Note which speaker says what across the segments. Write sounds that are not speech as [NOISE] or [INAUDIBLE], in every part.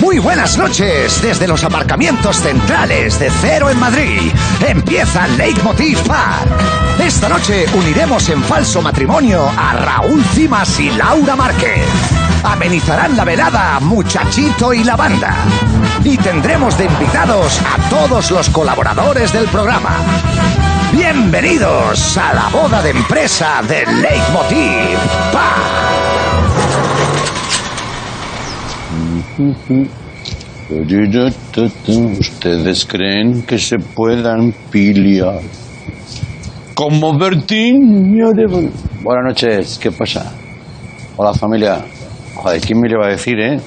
Speaker 1: Muy buenas noches desde los aparcamientos centrales de Cero en Madrid. Empieza Leitmotiv Park. Esta noche uniremos en falso matrimonio a Raúl Cimas y Laura Márquez. Amenizarán la velada Muchachito y la banda. Y tendremos de invitados a todos los colaboradores del programa. Bienvenidos a la boda de empresa de Leitmotiv Park.
Speaker 2: Ustedes creen que se puedan piliar. Como Bertín. Buenas noches, ¿qué pasa? Hola familia. Joder, ¿quién me lo iba a decir, eh?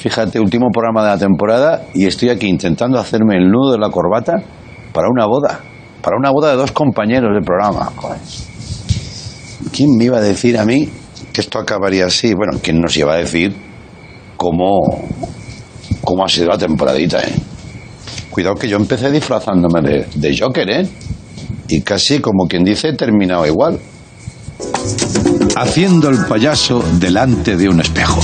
Speaker 2: Fíjate, último programa de la temporada y estoy aquí intentando hacerme el nudo de la corbata para una boda. Para una boda de dos compañeros del programa. Joder. ¿Quién me iba a decir a mí que esto acabaría así? Bueno, ¿quién nos iba a decir cómo, cómo ha sido la temporadita, eh? Cuidado que yo empecé disfrazándome de, de Joker, ¿eh? Y casi, como quien dice, he terminado igual.
Speaker 3: haciendo el payaso delante de un espejo.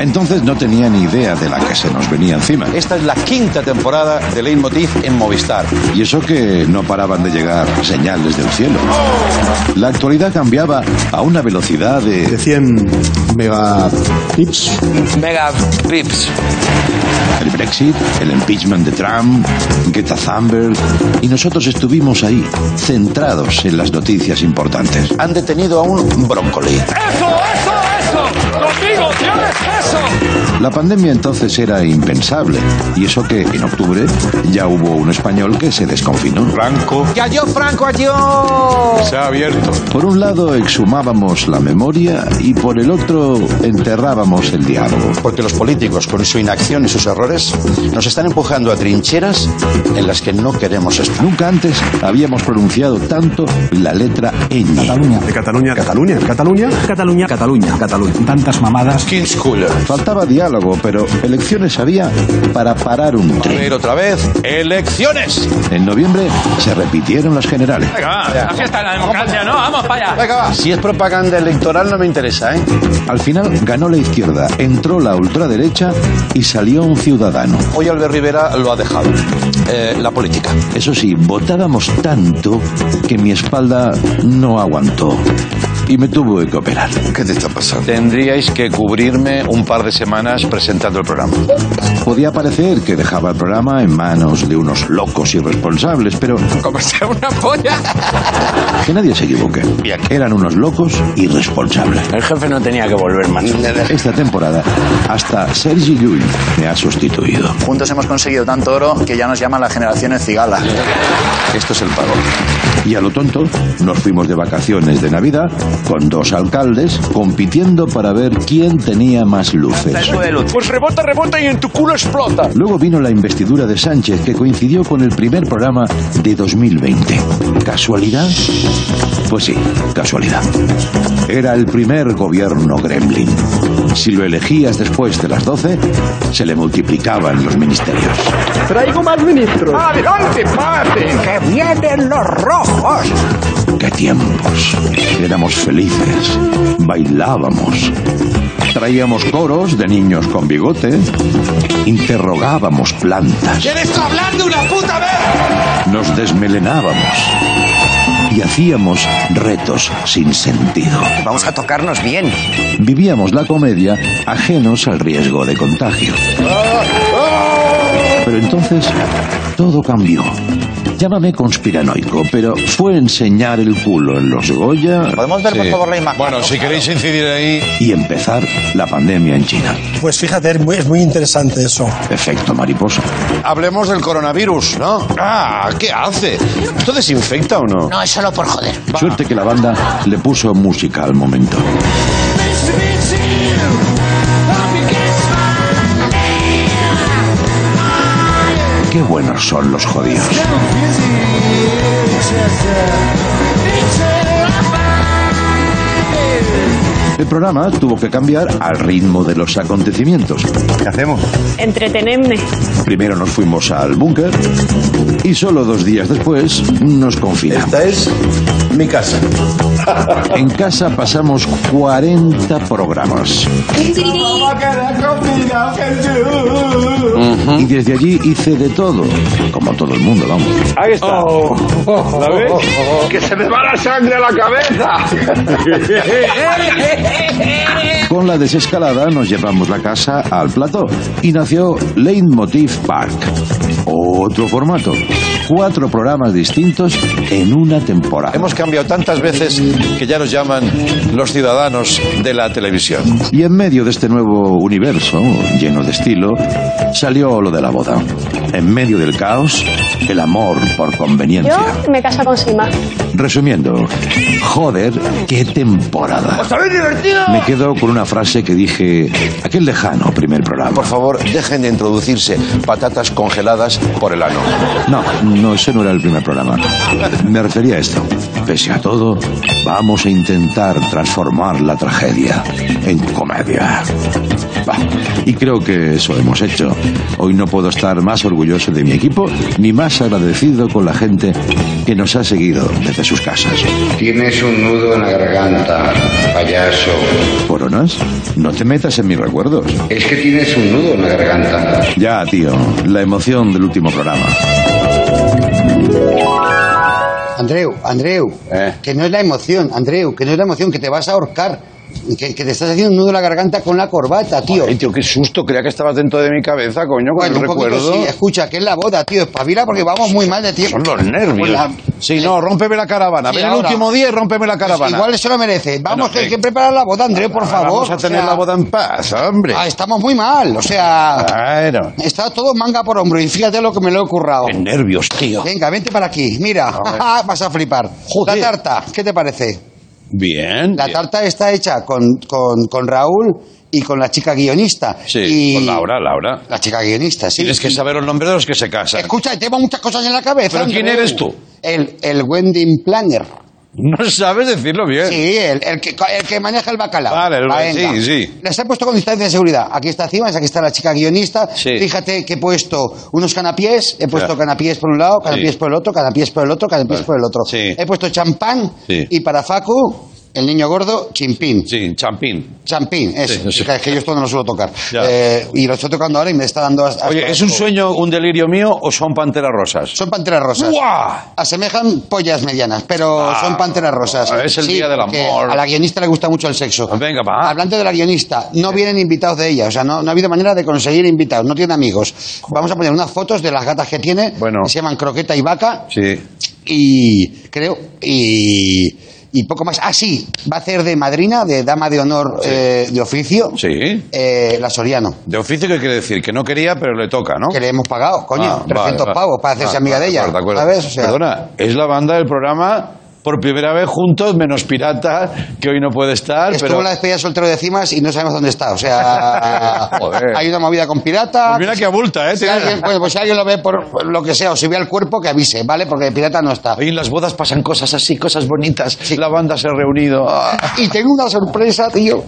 Speaker 3: Entonces no tenía ni idea de la que se nos venía encima.
Speaker 2: Esta es la quinta temporada de Leitmotiv en Movistar.
Speaker 3: Y eso que no paraban de llegar señales del cielo. La actualidad cambiaba a una velocidad de...
Speaker 4: 100 megatips.
Speaker 5: Mega Pips.
Speaker 3: El Brexit, el impeachment de Trump, Greta Thunberg... Y nosotros estuvimos ahí, centrados en las noticias importantes.
Speaker 2: Han detenido a un brócoli.
Speaker 3: La pandemia entonces era impensable. Y eso que en octubre ya hubo un español que se desconfinó.
Speaker 6: Franco
Speaker 5: ¡Ya yo, Franco, adiós!
Speaker 6: se ha abierto.
Speaker 3: Por un lado exhumábamos la memoria y por el otro enterrábamos el diálogo.
Speaker 2: Porque los políticos, con su inacción y sus errores, nos están empujando a trincheras en las que no queremos estar.
Speaker 3: Nunca antes habíamos pronunciado tanto la letra ñ.
Speaker 4: Cataluña. De Cataluña. Cataluña. Cataluña.
Speaker 7: Cataluña, Cataluña, Cataluña. Tantas mamadas.
Speaker 6: King's Cooler.
Speaker 3: Faltaba diálogo, pero elecciones había para parar un
Speaker 6: A
Speaker 3: tren.
Speaker 6: ver, otra vez. ¡Elecciones!
Speaker 3: En noviembre se repitieron las generales.
Speaker 8: Venga, va, la fiesta de la democracia, ¿no? Vamos para allá.
Speaker 2: Venga, va. Si es propaganda electoral no me interesa, ¿eh?
Speaker 3: Al final ganó la izquierda, entró la ultraderecha y salió un ciudadano.
Speaker 2: Hoy Albert Rivera lo ha dejado. Eh, la política.
Speaker 3: Eso sí, votábamos tanto que mi espalda no aguantó y me tuve que operar.
Speaker 2: ¿Qué te está pasando? Tendríais que cubrirme un par de semanas presentando el programa.
Speaker 3: Podía parecer que dejaba el programa en manos de unos locos irresponsables,
Speaker 5: [LAUGHS]
Speaker 3: pero
Speaker 8: Como sea una polla.
Speaker 3: que nadie se equivoque. Eran unos locos irresponsables.
Speaker 5: El jefe no tenía que volver más.
Speaker 3: Esta temporada, hasta Sergi Llull me ha sustituido.
Speaker 9: Juntos hemos conseguido tanto oro que ya nos llaman las generaciones cigala.
Speaker 2: Esto es el pago.
Speaker 3: Y a lo tonto, nos fuimos de vacaciones de Navidad con dos alcaldes compitiendo para ver quién tenía más luces.
Speaker 6: Pues rebota, rebota y en tu culo explota.
Speaker 3: Luego vino la investidura de Sánchez, que coincidió con el primer programa de 2020. ¿Casualidad? Pues sí, casualidad. Era el primer gobierno gremlin. Si lo elegías después de las 12, se le multiplicaban los ministerios. ¡Qué tiempos! Éramos felices, bailábamos, traíamos coros de niños con bigote, interrogábamos plantas,
Speaker 8: ¡Eres hablar de una puta vez!
Speaker 3: nos desmelenábamos y hacíamos retos sin sentido.
Speaker 9: Vamos a tocarnos bien.
Speaker 3: Vivíamos la comedia ajenos al riesgo de contagio. Pero entonces todo cambió. Llámame conspiranoico, pero fue enseñar el culo en los Goya
Speaker 9: ¿Podemos ver, por favor, la imagen?
Speaker 6: Bueno, si queréis incidir ahí,
Speaker 3: y empezar la pandemia en China.
Speaker 10: Pues fíjate, es muy, es muy interesante eso.
Speaker 3: Efecto mariposa.
Speaker 2: hablemos del coronavirus, ¿no? Ah, ¿qué hace? ¿Esto desinfecta o no?
Speaker 9: No, es solo por joder.
Speaker 3: Suerte que la banda le puso música al momento. Qué buenos son los jodidos. El programa tuvo que cambiar al ritmo de los acontecimientos.
Speaker 4: ¿Qué hacemos?
Speaker 11: Entretenerme.
Speaker 3: Primero nos fuimos al búnker y solo dos días después nos confinamos.
Speaker 2: es mi casa.
Speaker 3: En casa pasamos 40 programas. Mm.
Speaker 10: Y desde allí hice de todo, como todo el mundo, vamos.
Speaker 8: Ahí está. ¿La ves? Oh. [LAUGHS] ¡Que se me va la sangre a la [LAUGHS] cabeza!
Speaker 10: Con la desescalada nos llevamos la casa al plató y nació Leitmotiv Park. Otro formato. Cuatro programas distintos en una temporada.
Speaker 7: Hemos cambiado tantas veces que ya nos llaman los ciudadanos de la televisión.
Speaker 10: Y en medio de este nuevo universo, lleno de estilo, salió lo de la boda. En medio del caos, el amor por conveniencia.
Speaker 11: Yo me caso con Sima.
Speaker 10: Resumiendo, joder, qué temporada.
Speaker 12: ¡Os habéis divertido!
Speaker 10: Me quedo con una frase que dije aquel lejano primer programa.
Speaker 3: Por favor, dejen de introducirse patatas congeladas por el ano.
Speaker 10: No, no, ese no era el primer programa. Me refería a esto. Pese a todo, vamos a intentar transformar la tragedia en comedia. Bah, y creo que eso hemos hecho. Hoy no puedo estar más orgulloso de mi equipo ni más agradecido con la gente que nos ha seguido desde sus casas.
Speaker 13: Tienes un nudo en la garganta, payaso.
Speaker 10: ¿Coronas? No te metas en mis recuerdos.
Speaker 13: Es que tienes un nudo en la garganta.
Speaker 10: Ya, tío, la emoción del último programa.
Speaker 9: Andreu, Andreu,
Speaker 3: ¿Eh?
Speaker 9: que no es la emoción, Andreu, que no es la emoción, que te vas a ahorcar, que, que te estás haciendo un nudo en la garganta con la corbata, tío.
Speaker 3: Ay, tío, qué susto, creía que estabas dentro de mi cabeza, coño, con
Speaker 9: Bueno,
Speaker 3: el
Speaker 9: un poquito
Speaker 3: recuerdo.
Speaker 9: sí, escucha, que es la boda, tío, espabila porque vamos muy mal de tiempo.
Speaker 3: Son los nervios. Sí, no, rómpeme la caravana.
Speaker 9: Sí,
Speaker 3: Ven el
Speaker 9: ahora.
Speaker 3: último día y rómpeme la caravana.
Speaker 9: Pues Igual se lo merece. Vamos,
Speaker 3: Bueno,
Speaker 9: que hay
Speaker 3: eh,
Speaker 9: que preparar la boda, Andreu, por favor.
Speaker 3: Vamos a
Speaker 9: o
Speaker 3: tener
Speaker 9: sea,
Speaker 3: la boda en paz, hombre.
Speaker 9: ah, estamos muy mal, o sea,
Speaker 3: Claro.
Speaker 9: está todo manga por hombro y fíjate lo que me lo he currado.
Speaker 3: Qué nervios, tío.
Speaker 9: Venga, vente para aquí, mira, [LAUGHS] vas a flipar. La tarta, ¿qué te parece?
Speaker 3: Bien.
Speaker 9: La tarta está hecha con, con, con Raúl y con la chica guionista.
Speaker 3: Sí,
Speaker 9: y
Speaker 3: con Laura, Laura.
Speaker 9: La chica guionista, sí.
Speaker 3: Tienes que saber los nombres de los que se casan.
Speaker 9: Escucha, tengo muchas cosas en la cabeza.
Speaker 3: ¿Pero quién
Speaker 9: Andreu.
Speaker 3: eres tú?
Speaker 9: El, el wedding planner.
Speaker 3: No sabes decirlo bien.
Speaker 9: Sí, el, el que, el que maneja el bacalao.
Speaker 3: Vale, el-
Speaker 9: Va,
Speaker 3: sí,
Speaker 9: venga.
Speaker 3: sí.
Speaker 9: Les he puesto con distancia de seguridad. Aquí está Cimas, aquí está la chica guionista.
Speaker 3: Sí.
Speaker 9: Fíjate que he puesto unos canapiés. He puesto
Speaker 3: Ya.
Speaker 9: canapiés por un lado, canapiés
Speaker 3: Sí.
Speaker 9: por el otro, canapiés por el otro, canapiés por el otro.
Speaker 3: Sí.
Speaker 9: He puesto champán
Speaker 3: Sí.
Speaker 9: y para Facu, el niño gordo, chimpín.
Speaker 3: Sí, champín.
Speaker 9: Champín, es.
Speaker 3: Sí, sí.
Speaker 9: Es que yo esto no lo suelo tocar.
Speaker 3: Ya.
Speaker 9: Eh, y lo estoy tocando ahora y me está dando hasta.
Speaker 3: Oye,
Speaker 9: hasta-
Speaker 3: ¿es un sueño, un delirio mío o son panteras rosas?
Speaker 9: Son panteras rosas.
Speaker 3: ¡Guau!
Speaker 9: Asemejan pollas medianas, pero
Speaker 3: Ah,
Speaker 9: son panteras rosas.
Speaker 3: es el día del
Speaker 9: porque
Speaker 3: amor. Pues
Speaker 9: A la guionista le gusta mucho el sexo.
Speaker 3: Venga, va.
Speaker 9: Hablando de la guionista, no vienen invitados de ella, o sea, no, no ha habido manera de conseguir invitados, no tiene amigos. Vamos a poner unas fotos de las gatas que tiene,
Speaker 3: Bueno.
Speaker 9: que se llaman Croqueta y Vaca,
Speaker 3: Sí.
Speaker 9: y creo, y, y poco más. Ah, sí, va a hacer de madrina, de dama de honor eh, de oficio,
Speaker 3: Sí.
Speaker 9: eh, la Soriano.
Speaker 3: ¿De oficio qué quiere decir? Que no quería, pero le toca, ¿no?
Speaker 9: Que le hemos pagado, coño,
Speaker 3: Ah, vale,
Speaker 9: 300
Speaker 3: vale.
Speaker 9: pavos para hacerse
Speaker 3: Ah,
Speaker 9: amiga
Speaker 3: vale,
Speaker 9: de ella.
Speaker 3: de acuerdo, de acuerdo.
Speaker 9: ¿Sabes? O sea,
Speaker 3: Perdona, es la banda del programa por primera vez juntos, menos Pirata, que hoy no puede estar,
Speaker 9: Estuvo
Speaker 3: pero...
Speaker 9: en la despedida soltero de Cimas y no sabemos dónde está. O sea,
Speaker 3: [LAUGHS] Joder.
Speaker 9: hay una movida con pirata.
Speaker 3: Pues mira que abulta, ¿eh?
Speaker 9: Si alguien, bueno, pues si alguien lo ve por lo que sea o si ve al cuerpo, que avise, ¿vale? Porque pirata no está.
Speaker 3: Ahí en las bodas pasan cosas así, cosas bonitas. La banda se ha reunido. Ah.
Speaker 9: Y tengo una sorpresa, tío.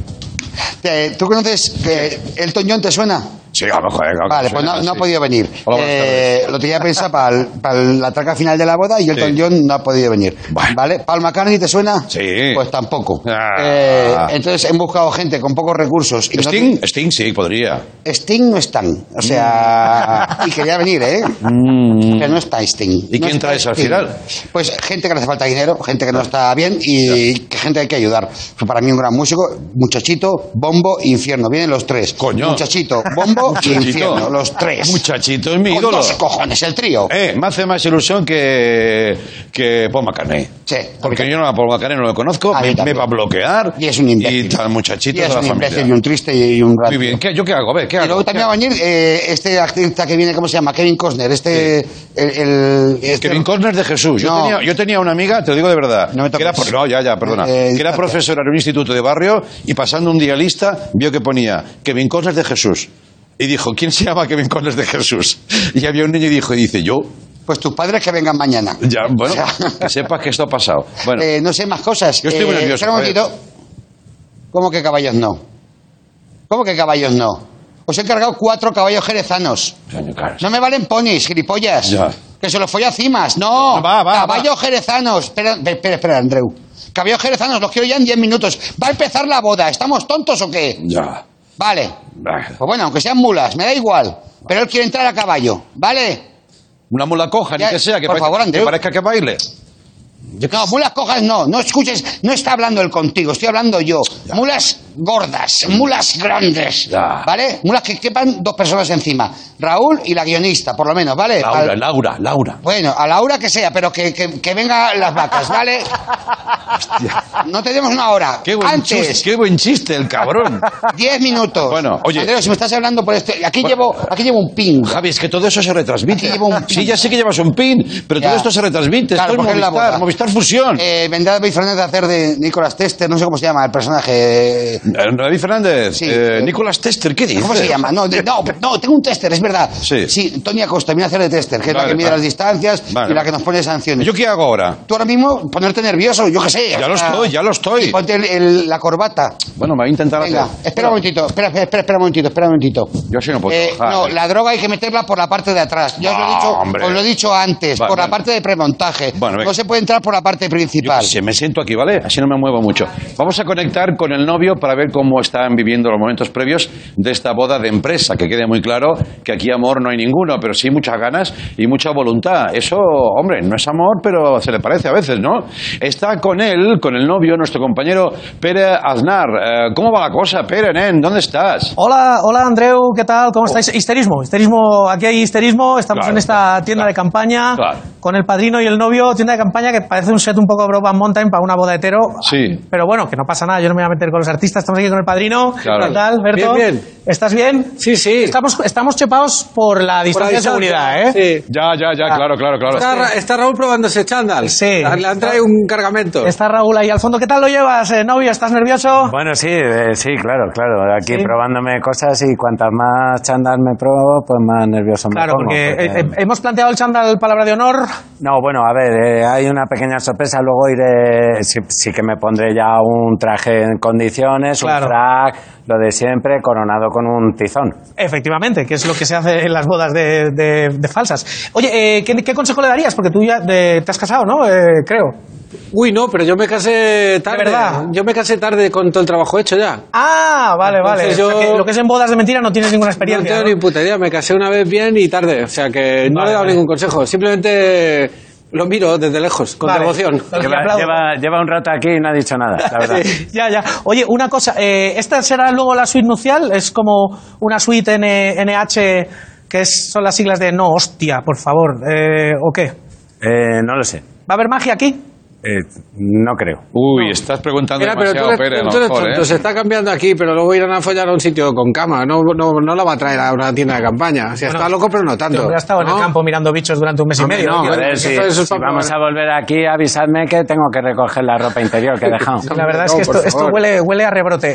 Speaker 9: Te- ¿Tú conoces que Elton John te suena?
Speaker 3: Sí, a lo mejor. eh, claro que
Speaker 9: Vale, pues
Speaker 3: suena
Speaker 9: no, no ha
Speaker 3: así.
Speaker 9: podido venir.
Speaker 3: Hola, buenas
Speaker 9: Eh, lo tenía pensado para, el- para la traca final de la boda y Elton
Speaker 3: Sí.
Speaker 9: John no ha podido venir.
Speaker 3: Bueno.
Speaker 9: ¿Vale? ¿Paul McCartney te suena?
Speaker 3: Sí.
Speaker 9: Pues tampoco.
Speaker 3: Ah.
Speaker 9: Eh, entonces hemos buscado gente con pocos recursos. Y no
Speaker 3: Sting, Sting sí, podría.
Speaker 9: Sting no están, o sea, [LAUGHS] y quería venir, ¿eh? Pero no está Sting.
Speaker 3: Mm. ¿Y
Speaker 9: No
Speaker 3: quién
Speaker 9: está
Speaker 3: traes al
Speaker 9: Sting.
Speaker 3: final?
Speaker 9: Pues gente que le hace falta dinero, gente que no está bien y que gente que hay que ayudar. Fue para mí un gran músico, muchachito, bombo, infierno. Vienen los tres.
Speaker 3: Coño.
Speaker 9: Muchachito,
Speaker 3: [LAUGHS]
Speaker 9: bombo y
Speaker 3: Muchachito.
Speaker 9: infierno. Los tres.
Speaker 3: Muchachito es mi
Speaker 9: Con
Speaker 3: ídolo.
Speaker 9: dos cojones, el trío.
Speaker 3: Eh, me hace más ilusión que, que Paul McCartney.
Speaker 9: Sí,
Speaker 3: Porque yo no a Paul McCartney no lo conozco,
Speaker 9: A mí
Speaker 3: me, me
Speaker 9: también.
Speaker 3: va a bloquear.
Speaker 9: Y es un imbécil.
Speaker 3: Y tal muchachito
Speaker 9: Y es
Speaker 3: de la
Speaker 9: un
Speaker 3: familia.
Speaker 9: imbécil y un triste y un
Speaker 3: Muy bien, ¿qué, ¿yo qué hago? A ver, ¿qué
Speaker 9: Y
Speaker 3: hago?
Speaker 9: luego también va a venir eh, este artista que viene, ¿cómo se llama? Kevin Costner. Este. El, el- este-
Speaker 3: Kevin Costner de Jesús. Yo,
Speaker 9: No.
Speaker 3: tenía, yo tenía una amiga, te lo digo de verdad,
Speaker 9: No me
Speaker 3: que era,
Speaker 9: toques.
Speaker 3: pro- no, ya, ya, perdona,
Speaker 9: Eh,
Speaker 3: que era
Speaker 9: distancia.
Speaker 3: profesora en un instituto de barrio y pasando un día lista vio que ponía Kevin Costner de Jesús. Y dijo, ¿quién se llama Kevin Costner de Jesús? Y había un niño y dijo, y dice, yo,
Speaker 9: Pues tus padres que vengan mañana.
Speaker 3: ya, bueno,
Speaker 9: O sea,
Speaker 3: que sepas que esto ha pasado. Bueno,
Speaker 9: eh, no sé más cosas.
Speaker 3: Yo estoy muy
Speaker 9: Eh,
Speaker 3: nervioso,
Speaker 9: espera un
Speaker 3: a ver.
Speaker 9: momentito. ¿Cómo que caballos no? ¿Cómo que caballos no? Os he encargado cuatro caballos jerezanos.
Speaker 3: coño, claro.
Speaker 9: No me valen ponis, gilipollas.
Speaker 3: Ya.
Speaker 9: Que se los folla cimas. No,
Speaker 3: No, va, va,
Speaker 9: caballos jerezanos. Espera, espera, espera, Andreu. Caballos jerezanos, los quiero ya en diez minutos. Va a empezar la boda. ¿Estamos tontos o qué?
Speaker 3: ya.
Speaker 9: Vale. Pues bueno, aunque sean mulas, me da igual. Pero él quiere entrar a caballo, ¿vale?
Speaker 3: Una mula coja, ni
Speaker 9: Ya,
Speaker 3: que sea, que,
Speaker 9: por
Speaker 3: parezca-
Speaker 9: favor,
Speaker 3: que
Speaker 9: Andreu.
Speaker 3: parezca que baile.
Speaker 9: No, mulas cojas no, no escuches, no está hablando él contigo, estoy hablando yo. Mulas gordas, mulas grandes,
Speaker 3: Ya.
Speaker 9: ¿vale? Mulas que quepan dos personas encima, Raúl y la guionista, por lo menos, ¿vale?
Speaker 3: Laura,
Speaker 9: Al-
Speaker 3: Laura,
Speaker 9: [LAUGHS]
Speaker 3: Laura.
Speaker 9: Bueno, a la hora que sea, pero que, que, que vengan las vacas, ¿vale? No tenemos una hora.
Speaker 3: Qué buen,
Speaker 9: Antes,
Speaker 3: chiste, qué buen chiste el cabrón.
Speaker 9: [LAUGHS] diez minutos.
Speaker 3: Bueno, oye.
Speaker 9: Andreu, si me estás hablando por este- esto, aquí llevo, aquí llevo un pin.
Speaker 3: Javi, es que todo eso se retransmite.
Speaker 9: Aquí llevo un
Speaker 3: Sí, ya sé que llevas un pin, pero
Speaker 9: Ya.
Speaker 3: todo esto se retransmite.
Speaker 9: Claro,
Speaker 3: esto es
Speaker 9: porque es la
Speaker 3: Movistar,
Speaker 9: boda.
Speaker 3: Movistar Fusión.
Speaker 9: Eh, vendrá David Fernández a hacer de Nicolás Tester, no sé cómo se llama el personaje.
Speaker 3: Eh, David Fernández, eh, Nicolás Tester, ¿qué dices?
Speaker 9: ¿Cómo se llama? No, de- no, no, tengo un tester, es verdad.
Speaker 3: Sí.
Speaker 9: Tony Acosta viene a hacer de tester, que es la
Speaker 3: Vale,
Speaker 9: que mide
Speaker 3: vale.
Speaker 9: las distancias
Speaker 3: Vale.
Speaker 9: y la que nos pone sanciones.
Speaker 3: ¿Yo qué hago ahora?
Speaker 9: Tú ahora mismo ponerte nervioso, yo qué sé.
Speaker 3: Ya lo
Speaker 9: hasta-
Speaker 3: estoy, ya lo estoy.
Speaker 9: y Ponte el- el- la corbata.
Speaker 3: Bueno, me voy a intentar
Speaker 9: Venga,
Speaker 3: hacer.
Speaker 9: espera un momentito, espera, espera, espera, espera un momentito, espera un momentito.
Speaker 3: Yo sí no puedo.
Speaker 9: Eh,
Speaker 3: Ah,
Speaker 9: no,
Speaker 3: vale.
Speaker 9: la droga hay que meterla por la parte de atrás. Ya os, lo he
Speaker 3: No,
Speaker 9: dicho,
Speaker 3: hombre.
Speaker 9: os lo he dicho antes,
Speaker 3: Vale,
Speaker 9: por la
Speaker 3: vale.
Speaker 9: parte de premontaje.
Speaker 3: Bueno, venga.
Speaker 9: no se puede entrar por la parte principal.
Speaker 3: Sí, me siento aquí, ¿vale? Así no me muevo mucho. Vamos a conectar con el novio para ver cómo están viviendo los momentos previos de esta boda de empresa. Que quede muy claro que aquí amor no hay ninguno, pero sí muchas ganas y mucha voluntad. Eso, hombre, no es amor, pero se le parece a veces, ¿no? Está con él, con el novio, nuestro compañero Pere Aznar. Eh, ¿Cómo va la cosa, Pere, nen? ¿Dónde estás?
Speaker 5: Hola, hola Andreu, ¿qué tal? ¿Cómo estáis? Histerismo, histerismo, aquí hay histerismo, estamos
Speaker 3: Oh. Claro,
Speaker 5: en esta tienda de campaña
Speaker 3: claro.
Speaker 5: con el padrino y el novio, tienda de campaña que parece un set un poco Broadband Mountain para una boda hetero,
Speaker 3: Sí.
Speaker 5: pero bueno, que no pasa nada, yo no me voy a meter con los artistas, estamos aquí con el padrino,
Speaker 3: Claro.
Speaker 5: ¿qué tal, Berto?
Speaker 3: Bien, bien.
Speaker 5: ¿Estás bien? Sí, sí. Estamos, estamos chepados por la distancia de seguridad, ¿eh?
Speaker 3: Ya, ya, ya, claro, claro, claro.
Speaker 10: Está, Ra- está Raúl probándose chándal.
Speaker 5: Sí.
Speaker 10: Le han traído un cargamento.
Speaker 5: Está Raúl ahí al fondo, ¿qué tal lo llevas, eh, novio? ¿Estás nervioso?
Speaker 7: Bueno, sí, eh, sí, claro, claro. Aquí
Speaker 5: Sí.
Speaker 7: probándome cosas y cuantas más chandas me pruebo, pues más nervioso
Speaker 5: Claro,
Speaker 7: me pongo.
Speaker 5: porque eh, eh, hemos planteado el chándal palabra de honor.
Speaker 7: No, bueno, a ver, eh, hay una pequeña sorpresa. Luego iré, sí, sí que me pondré ya un traje en condiciones,
Speaker 5: Claro.
Speaker 7: un frac, lo de siempre, coronado con un tizón.
Speaker 5: Efectivamente, que es lo que se hace en las bodas de, de- de falsas. Oye, eh, ¿qué, qué consejo le darías? Porque tú ya eh, te has casado, ¿no? Eh, creo.
Speaker 10: Uy, no, pero yo me casé tarde.
Speaker 5: verdad?
Speaker 10: Yo me casé tarde con todo el trabajo hecho ya.
Speaker 5: Ah, vale, vale.
Speaker 10: Entonces
Speaker 5: O sea,
Speaker 10: yo- [LAUGHS]
Speaker 5: que lo que es en bodas de mentira no tienes ninguna
Speaker 10: No
Speaker 5: experiencia.
Speaker 10: tengo
Speaker 5: ¿no?
Speaker 10: ni puta idea. Me casé una vez bien y tarde. O sea que no
Speaker 5: Vale,
Speaker 10: le he dado
Speaker 5: vale.
Speaker 10: ningún consejo. Simplemente lo miro desde lejos, con
Speaker 5: Vale.
Speaker 10: devoción.
Speaker 7: Lleva, lleva- lleva un rato aquí y no ha dicho nada, la
Speaker 5: [LAUGHS]
Speaker 7: verdad.
Speaker 5: Ya, ya. Oye, una cosa, eh, ¿esta será luego la suite nupcial? Es como una suite N- NH que es- son las siglas de no, hostia, por favor, eh, ¿o qué?
Speaker 7: Eh, no lo sé.
Speaker 5: ¿Va a haber magia aquí?
Speaker 7: Eh, no creo.
Speaker 3: Uy, estás preguntando
Speaker 10: Mira, pero tú
Speaker 3: demasiado,
Speaker 10: eres,
Speaker 3: Pere, a lo
Speaker 10: tú eres
Speaker 3: mejor,
Speaker 10: tonto,
Speaker 3: ¿eh?
Speaker 10: se está cambiando aquí, pero luego irán a follar a un sitio con cama. No, no, no la va a traer a una tienda de campaña. O sea, está loco, pero no tanto.
Speaker 5: Yo he estado en el
Speaker 10: ¿no?
Speaker 5: campo mirando bichos durante un mes y
Speaker 10: Hombre,
Speaker 5: medio.
Speaker 10: no,
Speaker 5: tío. eh,
Speaker 10: a ver,
Speaker 7: Joder, si,
Speaker 10: entonces eso es
Speaker 7: si
Speaker 10: para
Speaker 7: vamos a volver aquí, avisadme que tengo que recoger la ropa interior que he dejado.
Speaker 5: [LAUGHS] La verdad es que esto, esto huele, huele a rebrote.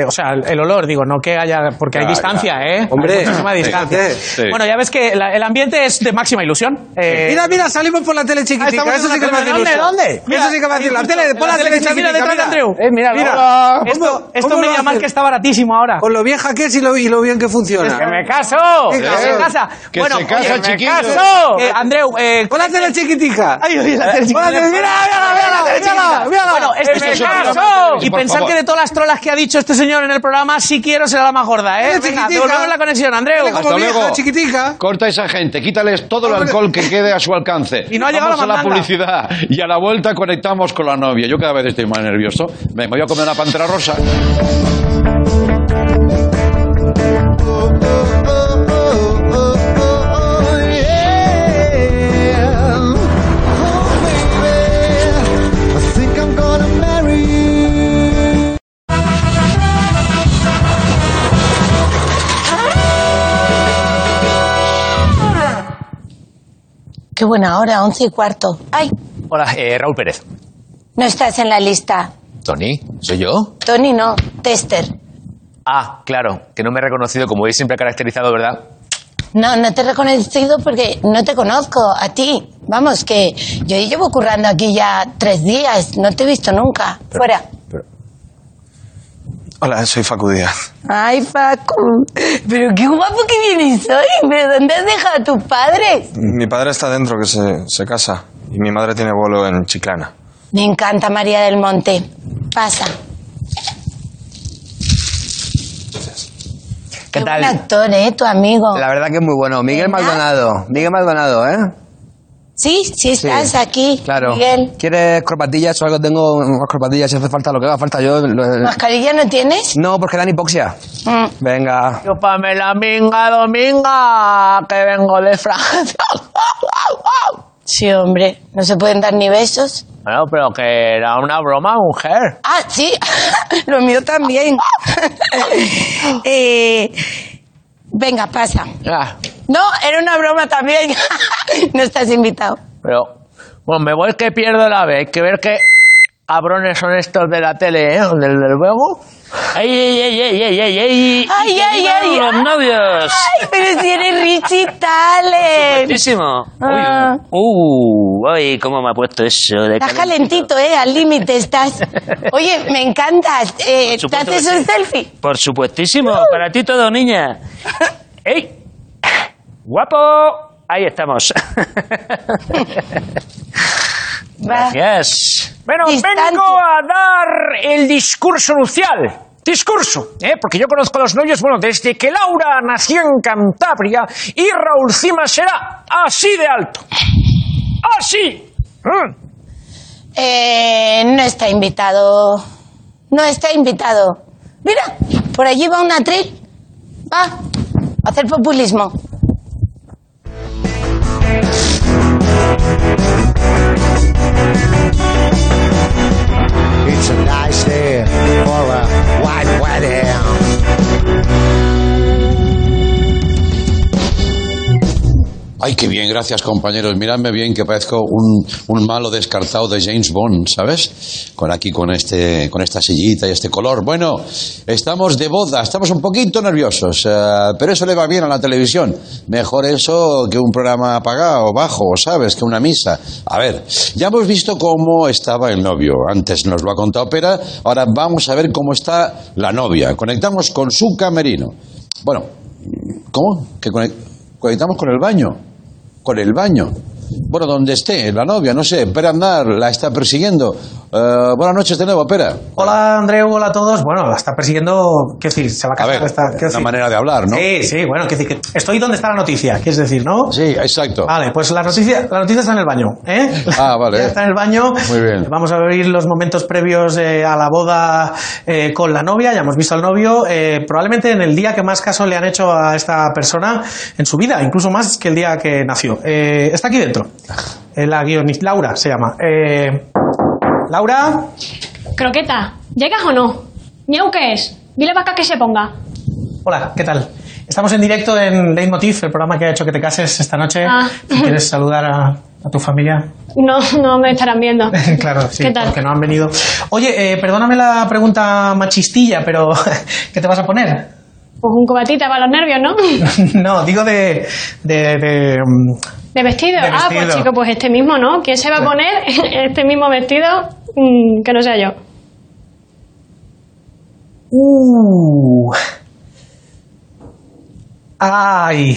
Speaker 5: Eh, o sea, el, el olor, digo, no que haya. Porque hay
Speaker 7: Ya,
Speaker 5: distancia,
Speaker 7: ya.
Speaker 5: ¿eh?
Speaker 7: Hombre,
Speaker 5: Hay muchísima distancia.
Speaker 7: fíjate. Sí.
Speaker 5: Bueno, ya ves que la- el ambiente es de máxima ilusión. Eh,
Speaker 10: Mira, mira, salimos por la tele chiquitica.
Speaker 5: Ah, estamos
Speaker 10: eso
Speaker 5: en
Speaker 10: sí que
Speaker 5: la
Speaker 10: me hace
Speaker 5: tele. ¿Dónde,
Speaker 10: ilusión.
Speaker 5: dónde?
Speaker 10: Eso
Speaker 5: Mira,
Speaker 10: sí que me hace
Speaker 5: ahí
Speaker 10: la
Speaker 5: justo,
Speaker 10: tele. Pon la, tele
Speaker 5: chiquitica,
Speaker 10: chiquitica.
Speaker 5: mira detrás de Andreu.
Speaker 10: Eh, mira,
Speaker 5: Mira,
Speaker 10: mira.
Speaker 5: esto, esto
Speaker 10: cómo
Speaker 5: me
Speaker 10: lo
Speaker 5: llama
Speaker 10: hacen?
Speaker 5: que está baratísimo ahora.
Speaker 10: Con lo vieja que es y lo, y lo bien que funciona.
Speaker 5: ¡Que me
Speaker 7: caso!
Speaker 5: Que se casa. bueno, oye, me caso. Eh, Andreu, eh,
Speaker 10: Pon la tele chiquitica.
Speaker 5: Ay, oye, la tele chiquitica.
Speaker 10: Pon tele- Eh, mira, mira, mira, la tele chiquitica.
Speaker 5: Bueno, este
Speaker 10: ¡Que me
Speaker 5: es
Speaker 10: caso!
Speaker 5: Y
Speaker 10: Por
Speaker 5: pensar
Speaker 10: favor.
Speaker 5: que de todas las trolas que ha dicho este señor en el programa, si quiero será la más gorda, ¿eh?
Speaker 10: Tele
Speaker 5: Venga,
Speaker 10: chiquitica.
Speaker 5: devolvemos la conexión, Andreu.
Speaker 10: Dale como
Speaker 3: Hasta
Speaker 10: vieja,
Speaker 3: luego.
Speaker 10: chiquitica.
Speaker 3: Corta a esa gente, quítales todo el alcohol que quede a su alcance.
Speaker 5: Y no ha llegado
Speaker 3: Vamos
Speaker 5: la
Speaker 3: a la
Speaker 5: mandanga.
Speaker 3: publicidad y a la vuelta conectamos con la novia. Yo cada vez estoy más nervioso. Venga, voy a comer una pantera rosa.
Speaker 14: Qué buena hora, once y cuarto. Ay,
Speaker 15: Hola, eh, Raúl Pérez.
Speaker 14: no estás en la lista.
Speaker 15: Tony, ¿soy yo?
Speaker 14: Tony, no, Tester.
Speaker 15: Ah, claro, que no me he reconocido como veis siempre caracterizado, ¿verdad?
Speaker 14: No, no te he reconocido porque no te conozco a ti. Vamos, que yo llevo currando aquí ya tres días, no te he visto nunca. Fuera.
Speaker 16: Hola, soy Facu Díaz.
Speaker 14: Ay, Paco, pero qué guapo que vienes hoy. ¿Pero dónde has dejado a tus padres?
Speaker 16: Mi padre está dentro, que se, se casa, y mi madre tiene vuelo en Chiclana.
Speaker 14: Me encanta María del Monte. Pasa. ¿Qué tal? Buen actor, ¿eh? Tu amigo.
Speaker 17: La verdad que es muy bueno. Miguel Maldonado. Miguel Maldonado, ¿eh?
Speaker 14: Sí, sí estás
Speaker 17: Sí.
Speaker 14: aquí.
Speaker 17: Claro.
Speaker 14: Miguel.
Speaker 17: ¿Quieres corbatillas o algo? Tengo unas corbatillas, si hace falta lo que haga falta. Yo. lo-
Speaker 14: ¿Mascarilla no tienes?
Speaker 17: No, porque dan hipoxia.
Speaker 14: Mm.
Speaker 17: Venga.
Speaker 18: Chúpame la minga, dominga, que vengo de Francia.
Speaker 14: [LAUGHS] Sí, hombre. ¿No se pueden dar ni besos?
Speaker 15: Bueno, pero que era una broma, mujer.
Speaker 14: Ah, sí. [LAUGHS] Lo mío también. [LAUGHS] Eh, venga, pasa.
Speaker 15: Ah,
Speaker 14: No, era una broma también. [LAUGHS] no estás invitado.
Speaker 15: pero. Bueno, me voy que pierdo la vez. Que ver qué cabrones son estos de la tele, ¿eh? Del, del juego. ¡Ey, ey, ey, ey, ey, ey! ey [LAUGHS]
Speaker 14: Ay,
Speaker 15: ¡Y que
Speaker 14: ay,
Speaker 15: vivan
Speaker 14: ay,
Speaker 15: los
Speaker 14: ay.
Speaker 15: novios!
Speaker 14: Ay, pero si eres Richie Talent.
Speaker 15: ¡Buenísimo!
Speaker 14: Ah.
Speaker 15: ¡Uh! ¡Ay, cómo me ha puesto eso! De
Speaker 14: Estás
Speaker 15: calentito.
Speaker 14: calentito, ¿eh? Al límite
Speaker 15: [LAUGHS]
Speaker 14: estás. Oye, me encantas. Eh, ¿Te
Speaker 15: supuesto
Speaker 14: haces
Speaker 15: que
Speaker 14: un
Speaker 15: sí.
Speaker 14: selfie?
Speaker 15: Por supuestísimo,
Speaker 14: Uh.
Speaker 15: para ti todo,
Speaker 14: [LAUGHS]
Speaker 15: niña. ¡Ey! ¡Guapo! Ahí estamos. Gracias. Bueno, vengo a dar el discurso nupcial. Discurso, ¿eh? porque yo conozco a los novios, bueno, desde que Laura nació en Cantabria y Raúl Cimas era así de alto. ¡Así! Mm.
Speaker 14: Eh, no está invitado. No está invitado. Mira, por allí va un atril. Va a hacer populismo.
Speaker 19: It's a nice day for a white wedding.
Speaker 3: Ay, qué bien, gracias compañeros. Miradme bien que parezco un, un malo descartado de James Bond, ¿sabes? Con aquí, con, este, con esta sillita y este color. Bueno, estamos de boda, estamos un poquito nerviosos, eh, pero eso le va bien a la televisión. Mejor eso que un programa apagado, bajo, ¿sabes? Que una misa. A ver, ya hemos visto cómo estaba el novio. Antes nos lo ha contado Pera, ahora vamos a ver cómo está la novia. Conectamos con su camerino. Bueno, ¿cómo? ¿Que conec- conectamos con el baño? con el baño. Bueno, donde esté, la novia, no sé, Pera Andar la está persiguiendo. Eh, buenas noches de nuevo, Pera.
Speaker 5: Hola Andreu, hola a todos. Bueno, la está persiguiendo, quiero decir, se va a casar. está, quiero
Speaker 3: Una
Speaker 5: decir-
Speaker 3: manera de hablar, ¿no?
Speaker 5: Sí, sí, bueno, quiero decir que estoy donde está la noticia, quieres decir, ¿no?
Speaker 3: Sí, exacto.
Speaker 5: Vale, pues la noticia, la noticia está en el baño, ¿eh?
Speaker 3: Ah,
Speaker 5: [LAUGHS] Ya
Speaker 3: vale.
Speaker 5: está en el baño.
Speaker 3: Muy bien.
Speaker 5: Vamos a ver los momentos previos eh, a la boda eh, con la novia. Ya hemos visto al novio. eh, probablemente en el día que más caso le han hecho a esta persona en su vida, incluso más que el día que nació. Eh, está aquí dentro.
Speaker 3: Ah.
Speaker 5: Eh, la guionista Laura se llama. Eh, Laura.
Speaker 11: Croqueta, ¿llegas o no? Miau que es. Dile vaca que se ponga.
Speaker 5: Hola, ¿qué tal? Estamos en directo en Leitmotiv, el programa que ha hecho que te cases esta noche.
Speaker 11: Ah.
Speaker 5: Si quieres saludar a, a tu familia.
Speaker 11: No, no me estarán viendo.
Speaker 5: [LAUGHS] Claro, sí,
Speaker 11: ¿Qué tal?
Speaker 5: porque no han venido. Oye, eh, perdóname la pregunta machistilla, pero [LAUGHS] ¿qué te vas a poner? [LAUGHS]
Speaker 11: Pues un cobatita para los nervios, ¿no?
Speaker 5: no, digo de, de, de, mm,
Speaker 11: De vestido.
Speaker 5: De
Speaker 11: Ah,
Speaker 5: vestido.
Speaker 11: pues chico, pues este mismo, ¿no? ¿Quién se va a poner [LAUGHS] este mismo vestido Mm, que no sea yo?
Speaker 5: Uh. Ay.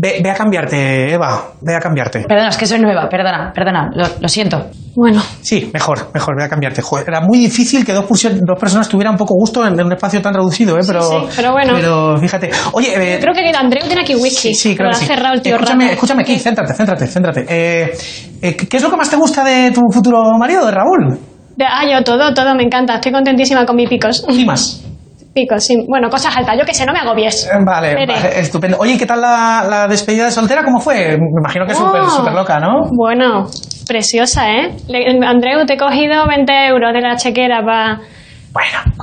Speaker 5: Ve, ve a cambiarte, Eva. Ve a cambiarte.
Speaker 20: Perdona, es que soy nueva, perdona, perdona, lo, lo siento.
Speaker 11: Bueno.
Speaker 5: Sí, mejor, mejor, voy a cambiarte. Joder, era muy difícil que dos, pulsi- dos personas tuvieran poco gusto en, en un espacio tan reducido, ¿eh? Pero,
Speaker 11: sí, pero bueno.
Speaker 5: pero fíjate. Oye, eh,
Speaker 11: Yo creo que Andreu tiene aquí whisky.
Speaker 5: sí, sí,
Speaker 11: pero
Speaker 5: creo que
Speaker 11: lo
Speaker 5: sí.
Speaker 11: ha cerrado el tío
Speaker 5: escúchame,
Speaker 11: Rato.
Speaker 5: escúchame aquí, céntrate, céntrate, céntrate. Eh, eh, ¿Qué es lo que más te gusta de tu futuro marido, de Raúl?
Speaker 11: De- ah, yo todo, todo, me encanta. Estoy contentísima con mis picos.
Speaker 5: Cimas.
Speaker 11: [LAUGHS] Picos, sí. Bueno, cosas altas. Yo que sé, no me agobies.
Speaker 5: Eh, Vale,
Speaker 11: Pere.
Speaker 5: vale, estupendo. Oye, ¿qué tal la, la despedida de soltera? ¿Cómo fue? Me imagino que
Speaker 11: Oh.
Speaker 5: súper, súper loca, ¿no?
Speaker 11: Bueno, preciosa, ¿eh? Le- Andreu, te he cogido 20 euros de la chequera para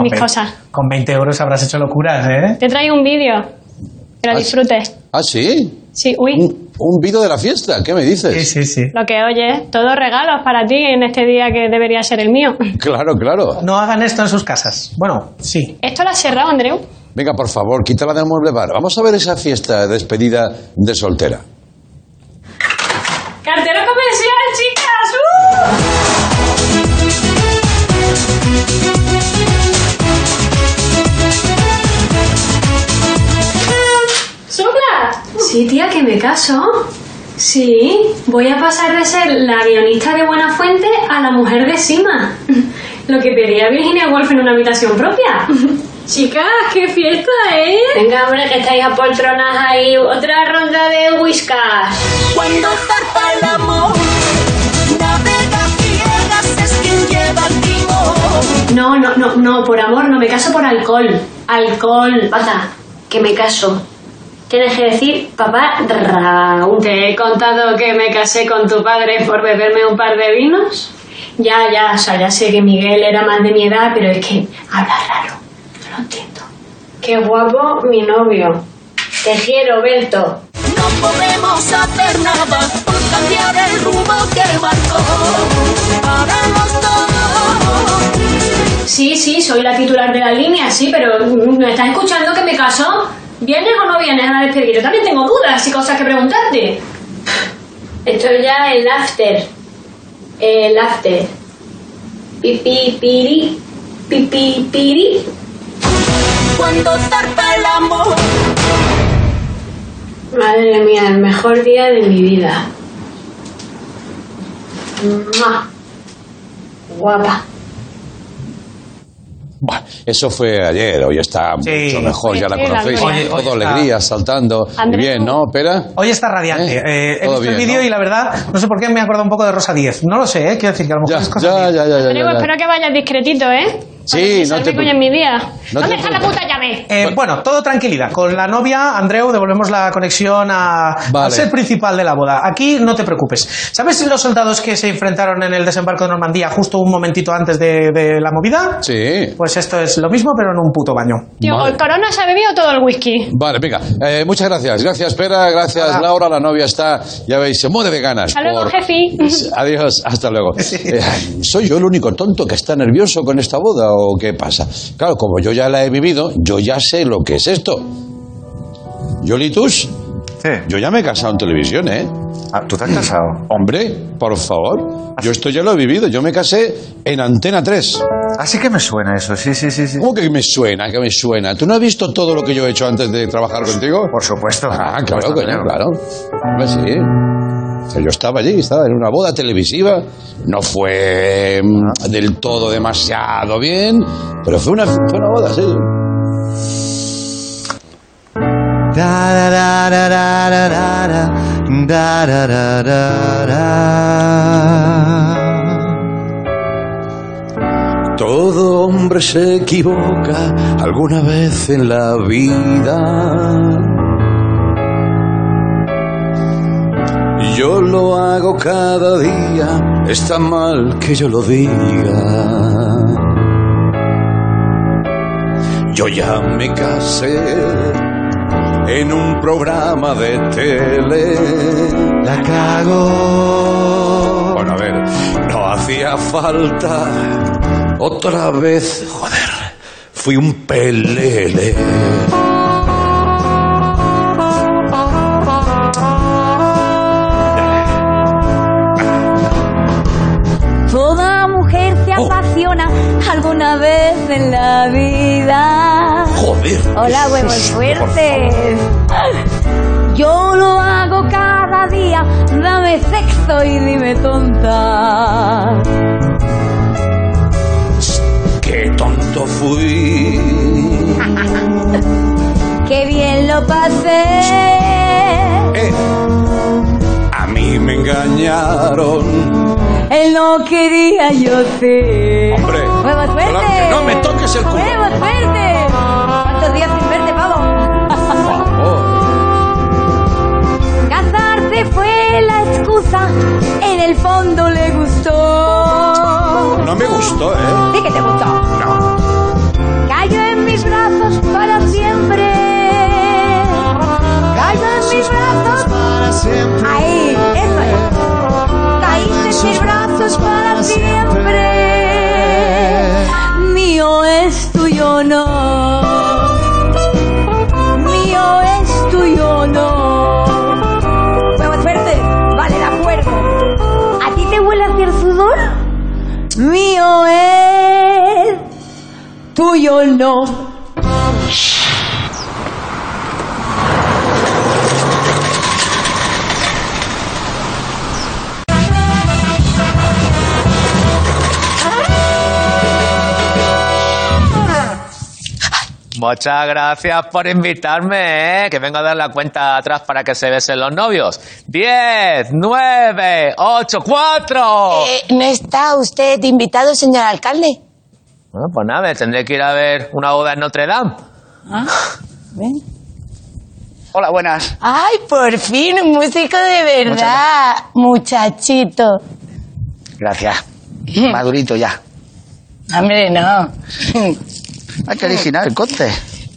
Speaker 11: mis
Speaker 5: ve-
Speaker 11: cosas.
Speaker 5: Con 20 euros habrás hecho locuras, ¿eh?
Speaker 11: Te traigo un vídeo. Que lo
Speaker 3: Ah,
Speaker 11: disfrutes.
Speaker 3: ¿Ah, sí?
Speaker 11: Sí,
Speaker 5: Uh.
Speaker 11: uy.
Speaker 3: Un vídeo de la fiesta, ¿qué me dices? Sí,
Speaker 5: sí, sí.
Speaker 11: Lo que oyes, todos regalos para ti en este día que debería ser el mío. [LAUGHS]
Speaker 3: Claro, claro.
Speaker 5: No hagan esto en sus casas. Bueno, sí.
Speaker 11: ¿Esto lo has cerrado, Andreu?
Speaker 3: Venga, por favor, quítala del mueble bar. Vamos a ver esa fiesta de despedida de soltera.
Speaker 11: ¡Cartero comercial, uh. chicas! ¡Sopla! Sí, tía, que me caso. Sí, voy a pasar de ser la guionista de Buena Fuente [LAUGHS] a la mujer de Sima. Lo que pedía Virginia Woolf en una habitación propia. Chicas, qué fiesta, ¿eh? Venga, hombre, que estáis apoltronas ahí. Otra ronda de whiskas. Cuando zarpa el amor, navega ciegas, es quien lleva el timón. No, no, no, no, por amor, no me caso por alcohol. Alcohol, pata, que me caso. Tienes que decir, papá Raúl. ¿Te he contado que me casé con tu padre por beberme un par de vinos? Ya, ya, o sea, ya sé que Miguel era más de mi edad, pero es que habla raro. No lo entiendo. Qué guapo mi novio. Te quiero, Berto.
Speaker 21: No podemos hacer nada por cambiar el rumbo que marcó. Paramos todo.
Speaker 11: Sí, sí, soy la titular de la línea, sí, pero mm, ¿me estás escuchando que me caso? ¿Vienes o no vienes a la despedida? Yo también tengo dudas y cosas que preguntarte.
Speaker 22: Esto ya el after. El after. Pipi, piri, pipi, piri.
Speaker 21: Cuando zarpa el amor.
Speaker 11: Madre mía, el mejor día de mi vida. ¡Mua! Guapa.
Speaker 3: Buah, Eso fue ayer, hoy está
Speaker 5: Sí.
Speaker 3: mucho mejor, ya la
Speaker 5: Sí, la
Speaker 3: conocéis.
Speaker 5: Andrea. Hoy- hoy
Speaker 3: Todo
Speaker 5: está-
Speaker 3: alegría, saltando. Y
Speaker 5: Andrea.
Speaker 3: bien, ¿no? ¿Pera?
Speaker 5: Hoy está radiante.
Speaker 3: ¿Eh?
Speaker 5: Eh, he
Speaker 3: Todo
Speaker 5: visto el
Speaker 3: bien,
Speaker 5: vídeo y la verdad, no sé por qué me he acordado un poco de Rosa 10. No lo sé, ¿eh? quiero decir que a lo mejor es cosa. mía.
Speaker 23: Diego, espero que vayas discretito, ¿eh?
Speaker 5: Sí,
Speaker 23: Salve
Speaker 5: no te
Speaker 23: coño en mi vida.
Speaker 5: no
Speaker 23: ¿Dónde
Speaker 5: te
Speaker 23: está la
Speaker 5: preocupes.
Speaker 23: puta llave?
Speaker 5: Eh, bueno, todo tranquilidad. Con la novia, Andreu, devolvemos la conexión a, al set principal de la boda. Aquí no te preocupes. ¿Sabes los soldados que se enfrentaron en el desembarco de Normandía justo un momentito antes de, de la movida?
Speaker 3: Sí.
Speaker 5: Pues esto es lo mismo, pero en un puto baño.
Speaker 23: Tío, ¿el corona se ha bebido todo el whisky?
Speaker 3: Vale, venga. Eh, muchas gracias. Gracias, Pera. Gracias, Laura. La novia está, ya veis, se muere de ganas.
Speaker 23: Hasta luego,
Speaker 3: por-
Speaker 23: jefi. [LAUGHS]
Speaker 3: Pues,
Speaker 11: [LAUGHS]
Speaker 3: Adiós, hasta luego. Eh, ¿Soy yo el único tonto que está nervioso con esta boda o qué pasa? Claro, como yo ya la he vivido, yo ya sé lo que es esto. Yolitus, yo ya me he casado en televisión, ¿eh?
Speaker 16: Ah, ¿Tú te has casado?
Speaker 3: Hombre, por favor. Yo esto ya lo he vivido. Yo me casé en Antena 3.
Speaker 16: Así Ah, que me suena eso, sí, sí, sí. sí.
Speaker 3: ¿Cómo que me suena? que me suena? ¿Tú no has visto todo lo que yo he hecho antes de trabajar contigo? Por
Speaker 16: supuesto.
Speaker 3: Ah,
Speaker 16: Por
Speaker 3: claro,
Speaker 16: supuesto,
Speaker 3: coño, claro.
Speaker 16: claro.
Speaker 3: Hombre, sí. O sea, yo estaba allí, estaba en una boda televisiva. No fue
Speaker 16: Ah.
Speaker 3: mm, del todo demasiado bien, pero fue una, fue una boda, sí.
Speaker 24: Todo hombre se equivoca alguna vez en la vida. Yo lo hago cada día, está mal que yo lo diga. Yo ya me casé en un programa de tele. La cago. Bueno, a ver, no hacía falta otra vez. Joder, fui un pelele.
Speaker 25: Toda mujer se
Speaker 24: Oh.
Speaker 25: apasiona alguna vez en la vida.
Speaker 24: Joder.
Speaker 25: Hola, huevos fuertes. Yo lo hago cada día. Dame sexo y dime
Speaker 24: [LAUGHS]
Speaker 25: tonta.
Speaker 24: Qué tonto fui.
Speaker 25: Qué bien lo pasé.
Speaker 24: Eh. A mí me engañaron.
Speaker 25: Él no quería, yo sé.
Speaker 24: Hombre,
Speaker 25: huevos
Speaker 24: claro
Speaker 25: fuertes.
Speaker 24: que no me toques el culo.
Speaker 25: Huevos fuertes. ¿Cuántos días sin verte, pavo? Casarse fue la excusa, en el fondo le gustó.
Speaker 24: No me gustó, ¿eh?
Speaker 25: Sí que te gustó.
Speaker 24: No.
Speaker 25: Cayó en mis brazos para siempre. Cayó en mis brazos para siempre. Ahí, eso es. Caíste en mis brazos para siempre. Mío es tuyo, no. Mío es tuyo, no. Huevos fuertes, vale, de acuerdo. ¿A ti te huele hacia el sudor? Mío es tuyo no.
Speaker 6: Muchas gracias por invitarme, ¿eh? que vengo a dar la cuenta atrás para que se besen los novios. 10, 9, 8, 4.
Speaker 14: Eh, ¿No está usted invitado, señor alcalde?
Speaker 6: Bueno, pues nada, me tendré que ir a ver una boda en Notre Dame.
Speaker 14: Ven.
Speaker 6: Hola, buenas.
Speaker 14: Ay, por fin, un músico de verdad, muchachito.
Speaker 9: Gracias.
Speaker 6: Mm.
Speaker 9: Madurito ya.
Speaker 14: Hombre, no.
Speaker 9: Hay que original, conte.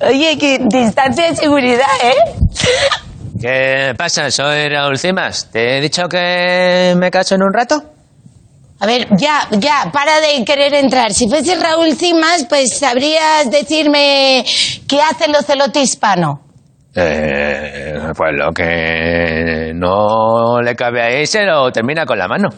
Speaker 14: Oye, que distancia de seguridad, ¿eh?
Speaker 6: ¿Qué pasa? Soy Raúl Cimas. ¿Te he dicho que me caso en un rato?
Speaker 14: A ver, ya, ya, para de querer entrar. Si fuese Raúl Cimas, pues sabrías decirme qué hace lo celote hispano.
Speaker 6: Eh, pues lo que no le cabe ahí se lo termina con la mano.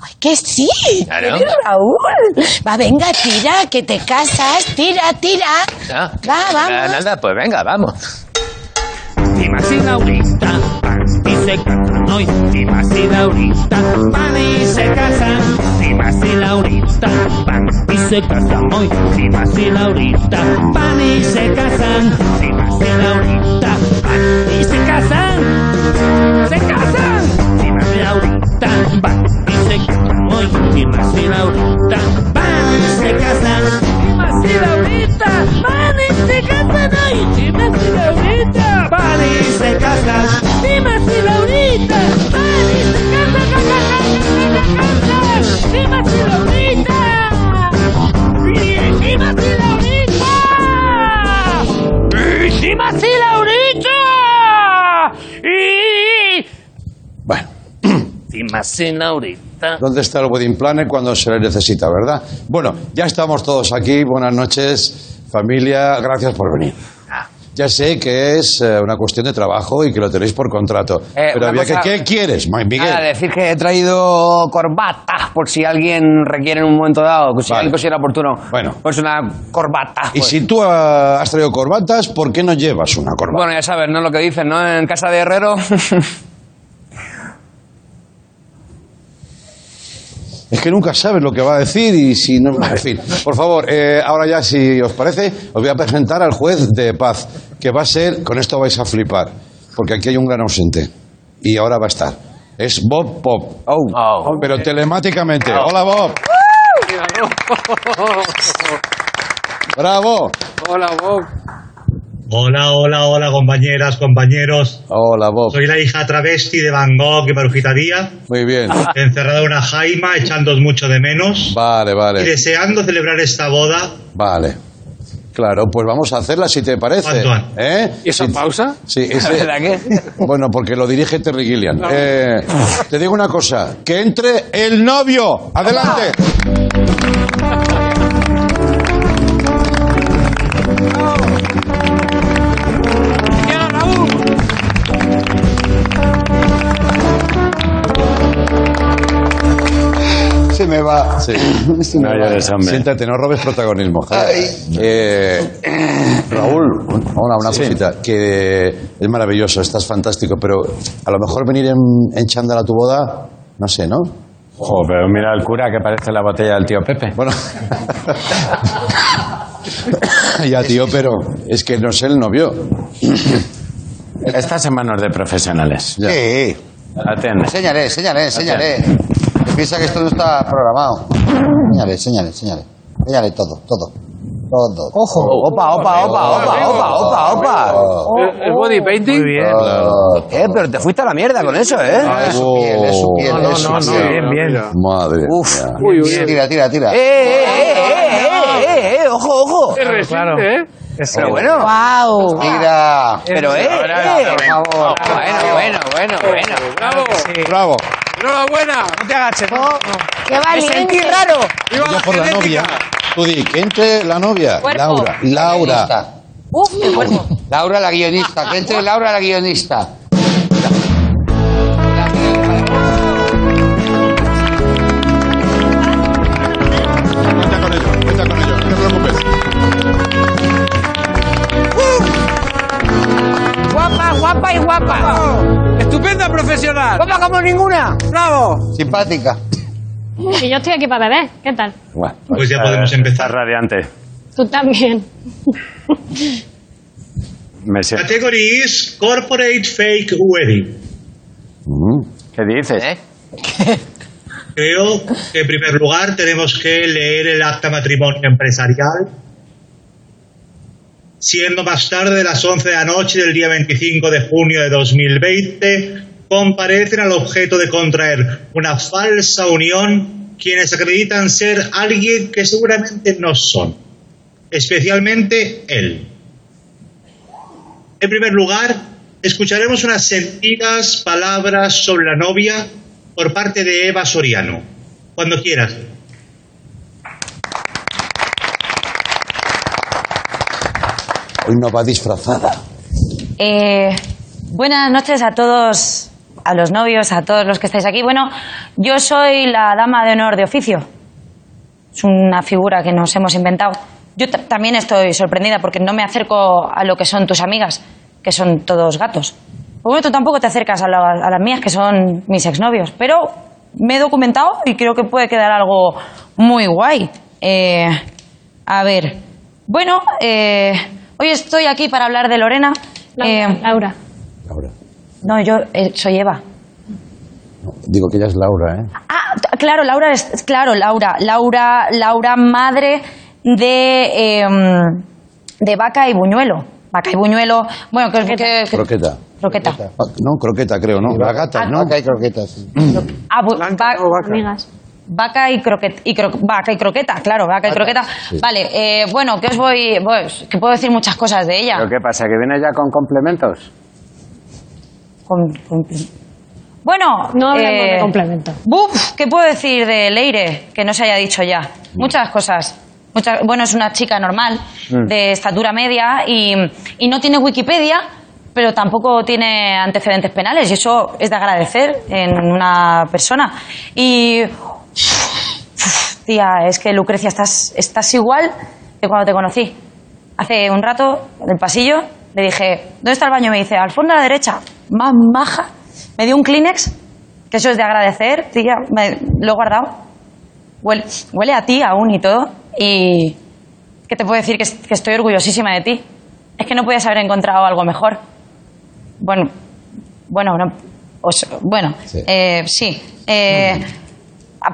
Speaker 14: Ay, que sí.
Speaker 6: Claro.
Speaker 14: eres Raúl. Va, venga, tira, que te casas. Tira, tira.
Speaker 6: Ah,
Speaker 14: Va, vamos.
Speaker 6: nada, nada, pues venga, vamos.
Speaker 8: Cimas y Laurita van y se casan hoy. Cimas y Laurita van y se casan. Cimas y Laurita van y se casan hoy. Cimas y Laurita van y se casan. Cimas y Laurita van y se casan. Se casan. Cimas y Laurita van y se casan hoy. Cimas y Laurita van y se casan. Cimas y Laurita van y se casan hoy. Cimas y Laurita van y se casan. Cimas y Laurita van y se casan. ca, ca, ca, ca, ca, ca, ca. Cimas y Laurita. Cimas y Laurita. Cimas y Laurita. Y... Cimas y Laurita.
Speaker 3: ¿Dónde está el wedding planner cuando se le necesita, verdad? Bueno, ya estamos todos aquí. Buenas noches, familia. Gracias por venir.
Speaker 6: Ah.
Speaker 3: Ya sé que es eh, una cuestión de trabajo y que lo tenéis por contrato.
Speaker 6: Eh,
Speaker 3: pero
Speaker 6: una
Speaker 3: había
Speaker 6: cosa-
Speaker 3: que... ¿Qué quieres, Ma- Miguel?
Speaker 6: Nada, decir que he traído corbata por si alguien requiere en un momento dado, si alguien considera oportuno.
Speaker 3: Bueno.
Speaker 6: Pues una corbata.
Speaker 3: Y
Speaker 6: pues.
Speaker 3: si tú ah, has traído corbatas, ¿por qué no llevas una corbata?
Speaker 6: Bueno, ya sabes, ¿no? Lo que dicen, ¿no? En casa de
Speaker 10: [LAUGHS]
Speaker 6: Herrero.
Speaker 3: Es que nunca sabes lo que va a decir y si no. [LAUGHS] En fin, por favor, eh, ahora ya, si os parece, os voy a presentar al juez de paz, que va a ser. Con esto vais a flipar, porque aquí hay un gran ausente y ahora va a estar. Es Bob Pop. Pero telemáticamente.
Speaker 21: Oh.
Speaker 3: Hola, Bob. Bravo.
Speaker 10: Hola, Bob.
Speaker 26: Hola, hola, hola, compañeras, compañeros.
Speaker 3: Hola, Bob.
Speaker 26: Soy la hija travesti de Van Gogh y Marujita Díaz.
Speaker 3: Muy bien.
Speaker 26: Encerrada en una jaima, echándoos mucho de menos.
Speaker 3: Vale, vale.
Speaker 26: Y deseando celebrar esta boda
Speaker 3: Vale. Claro, pues vamos a hacerla si te parece.
Speaker 26: ¿Cuánto antes?
Speaker 3: ¿Eh? ¿Y esa pausa? Sí, [LAUGHS] ese- Bueno, porque lo dirige Terry Gilliam. Eh, te digo una cosa, que entre el novio. Adelante.
Speaker 9: Se me
Speaker 3: [LAUGHS]
Speaker 9: va.
Speaker 3: Sí.
Speaker 9: Se me va.
Speaker 3: Siéntate, no robes protagonismo. joder. Eh, Raúl, hola, una cosita, que es maravilloso, estás fantástico, pero a lo mejor venir en, en chándal a tu boda, no sé, ¿no?
Speaker 7: Joder, pero mira el cura que parece la botella del tío Pepe.
Speaker 3: Bueno. [LAUGHS] ya, tío, pero es que no sé el novio.
Speaker 7: Estás en manos de profesionales.
Speaker 9: Sí.
Speaker 7: Atende.
Speaker 9: Señalé, señalé, señalé. Que Piensa que esto no está programado. Señalé, señalé, señalé. Señalé todo, todo. Todo. Ojo.
Speaker 6: Opa, opa, opa, opa, opa, opa, opa.
Speaker 10: ¿El, el body painting? Muy bien.
Speaker 6: Eh, pero te fuiste a la mierda con eso, ¿eh?
Speaker 9: Ah, es su piel, es su piel, No, no, es su no, no, piel. bien, bien.
Speaker 3: Madre.
Speaker 6: Uf.
Speaker 3: mía.
Speaker 9: Uy, uy, uy. Tira, tira, tira.
Speaker 6: Eh, eh, eh, eh, eh, eh, eh, ojo, ojo.
Speaker 9: Claro.
Speaker 6: Pero bueno.
Speaker 14: Wow.
Speaker 9: Mira.
Speaker 6: Pero, eh, eh, por favor. Bueno, bueno, bueno, bueno.
Speaker 3: Bravo.
Speaker 10: Enhorabuena.
Speaker 5: No te agaches, no.
Speaker 14: ¡Qué valiente!
Speaker 5: sentí raro.
Speaker 3: Yo por la novia. Tú di, que entre la novia.
Speaker 9: Cuerpo.
Speaker 3: Laura. Laura.
Speaker 14: Uf, mi cuerpo.
Speaker 9: Laura la guionista. Que entre Laura la guionista.
Speaker 3: Cuenta con ello, cuenta con ello, no te preocupes.
Speaker 18: Guapa, guapa y guapa.
Speaker 10: Estupenda profesional.
Speaker 18: Guapa como ninguna.
Speaker 10: Bravo.
Speaker 9: Simpática.
Speaker 23: Y yo estoy aquí para beber. ¿Qué tal?
Speaker 7: Bueno,
Speaker 26: Pues ya podemos
Speaker 7: empezar. radiante.
Speaker 23: Tú también.
Speaker 7: Me sé-
Speaker 26: Category is Corporate Fake Wedding.
Speaker 7: ¿Qué dices?
Speaker 26: Creo que en primer lugar tenemos que leer el acta matrimonio empresarial. Siendo más tarde de las 11 de la noche del día 25 de junio de 2020, comparecen al objeto de contraer una falsa unión quienes acreditan ser alguien que seguramente no son, especialmente él. En primer lugar, escucharemos unas sentidas palabras sobre la novia por parte de Eva Soriano. Cuando quieras.
Speaker 9: Hoy no va disfrazada.
Speaker 27: Eh, buenas noches a todos, a los novios, a todos los que estáis aquí. Bueno, yo soy la dama de honor de oficio. Es una figura que nos hemos inventado. Yo ta- también estoy sorprendida porque no me acerco a lo que son tus amigas, que son todos gatos. Por bueno, tú tampoco te acercas a, la- a las mías, que son mis exnovios. Pero me he documentado y creo que puede quedar algo muy guay. Eh, a ver. Bueno, eh, hoy estoy aquí para hablar de Lorena. Eh,
Speaker 23: Laura, Laura.
Speaker 27: No, yo eh, soy Eva.
Speaker 9: Digo que ella es Laura, ¿eh?
Speaker 27: Ah, t- claro, Laura es, claro, Laura, Laura, Laura, madre de, em, de Vaca y Buñuelo. Vaca y Buñuelo, bueno, que, que- que-
Speaker 9: Croqueta.
Speaker 27: Croqueta.
Speaker 9: Ah, No, croqueta creo, ¿no? La
Speaker 10: Ah,
Speaker 9: gata, ¿no? Vaca y
Speaker 3: [CLEARS THROAT]
Speaker 9: croqueta, sí.
Speaker 27: Ah, bu- va- Vaca y croqueta, y cro- vaca y croqueta, claro, vaca y croqueta.
Speaker 7: sí.
Speaker 27: Vale, eh, bueno, que os voy, pues, que puedo decir muchas cosas de ella.
Speaker 7: ¿Pero qué pasa? ¿Que viene ya con complementos?
Speaker 27: Con- con- Bueno, eh,
Speaker 23: No hablamos de
Speaker 27: complemento. Buf, ¿qué puedo decir de Leire que no se haya dicho ya? Muchas cosas. Muchas- bueno, es una chica normal,
Speaker 1: Mm.
Speaker 27: de estatura media y, y no tiene Wikipedia, pero tampoco tiene antecedentes penales y eso es de agradecer en una persona. Y uf, tía, es que Lucrecia estás estás igual que cuando te conocí. Hace un rato, en el pasillo, le dije, ¿dónde está el baño? Me dice, al fondo a la derecha, más maja. Me dio un Kleenex, que eso es de agradecer, tía, me- lo he guardado. Huele, huele a ti aún y todo. Y que te puedo decir que, es- que estoy orgullosísima de ti. Es que no podías haber encontrado algo mejor. Bueno, bueno, no, os- bueno, eh, sí. eh,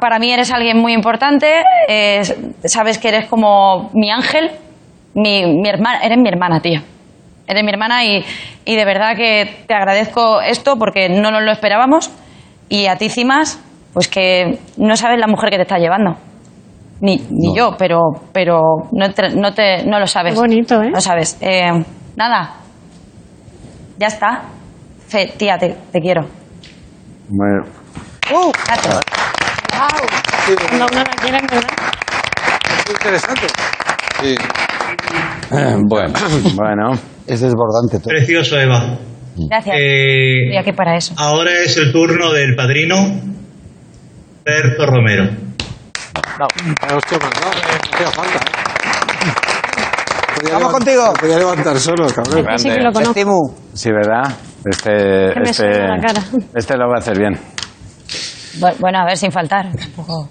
Speaker 27: para mí eres alguien muy importante. eh, sabes que eres como mi ángel. Mi, mi hermana, eres mi hermana, tía. Eres mi hermana y, y de verdad que te agradezco esto porque no nos lo esperábamos. Y a ti, Cimas, pues que no sabes la mujer que te está llevando. Ni, ni yo, pero, pero no, te, no, te- no lo sabes. bonito, ¿eh? No sabes. Eh, nada. Ya está. Fe, tía, te, te quiero.
Speaker 7: Bueno,
Speaker 27: Uh, gracias.
Speaker 23: No, no la quieren, ¿verdad?
Speaker 10: Interesante.
Speaker 3: Sí.
Speaker 10: [CLEARS THROAT]
Speaker 9: Bueno.
Speaker 7: bueno.
Speaker 9: Es desbordante todo.
Speaker 26: Precioso, Eva.
Speaker 27: Gracias.
Speaker 26: Eh,
Speaker 27: Tía, que para eso.
Speaker 26: ahora es el turno del padrino, Berto Romero.
Speaker 3: Eh, pues
Speaker 10: Vamos contigo. Podía levantar solo, cabrón.
Speaker 7: Grande. Sí que lo conozco. sí, ¿verdad? Este,
Speaker 27: Que me
Speaker 7: este,
Speaker 27: suena la cara.
Speaker 7: este lo va a hacer bien.
Speaker 27: Bu- Bueno, a ver, sin faltar. Tampoco.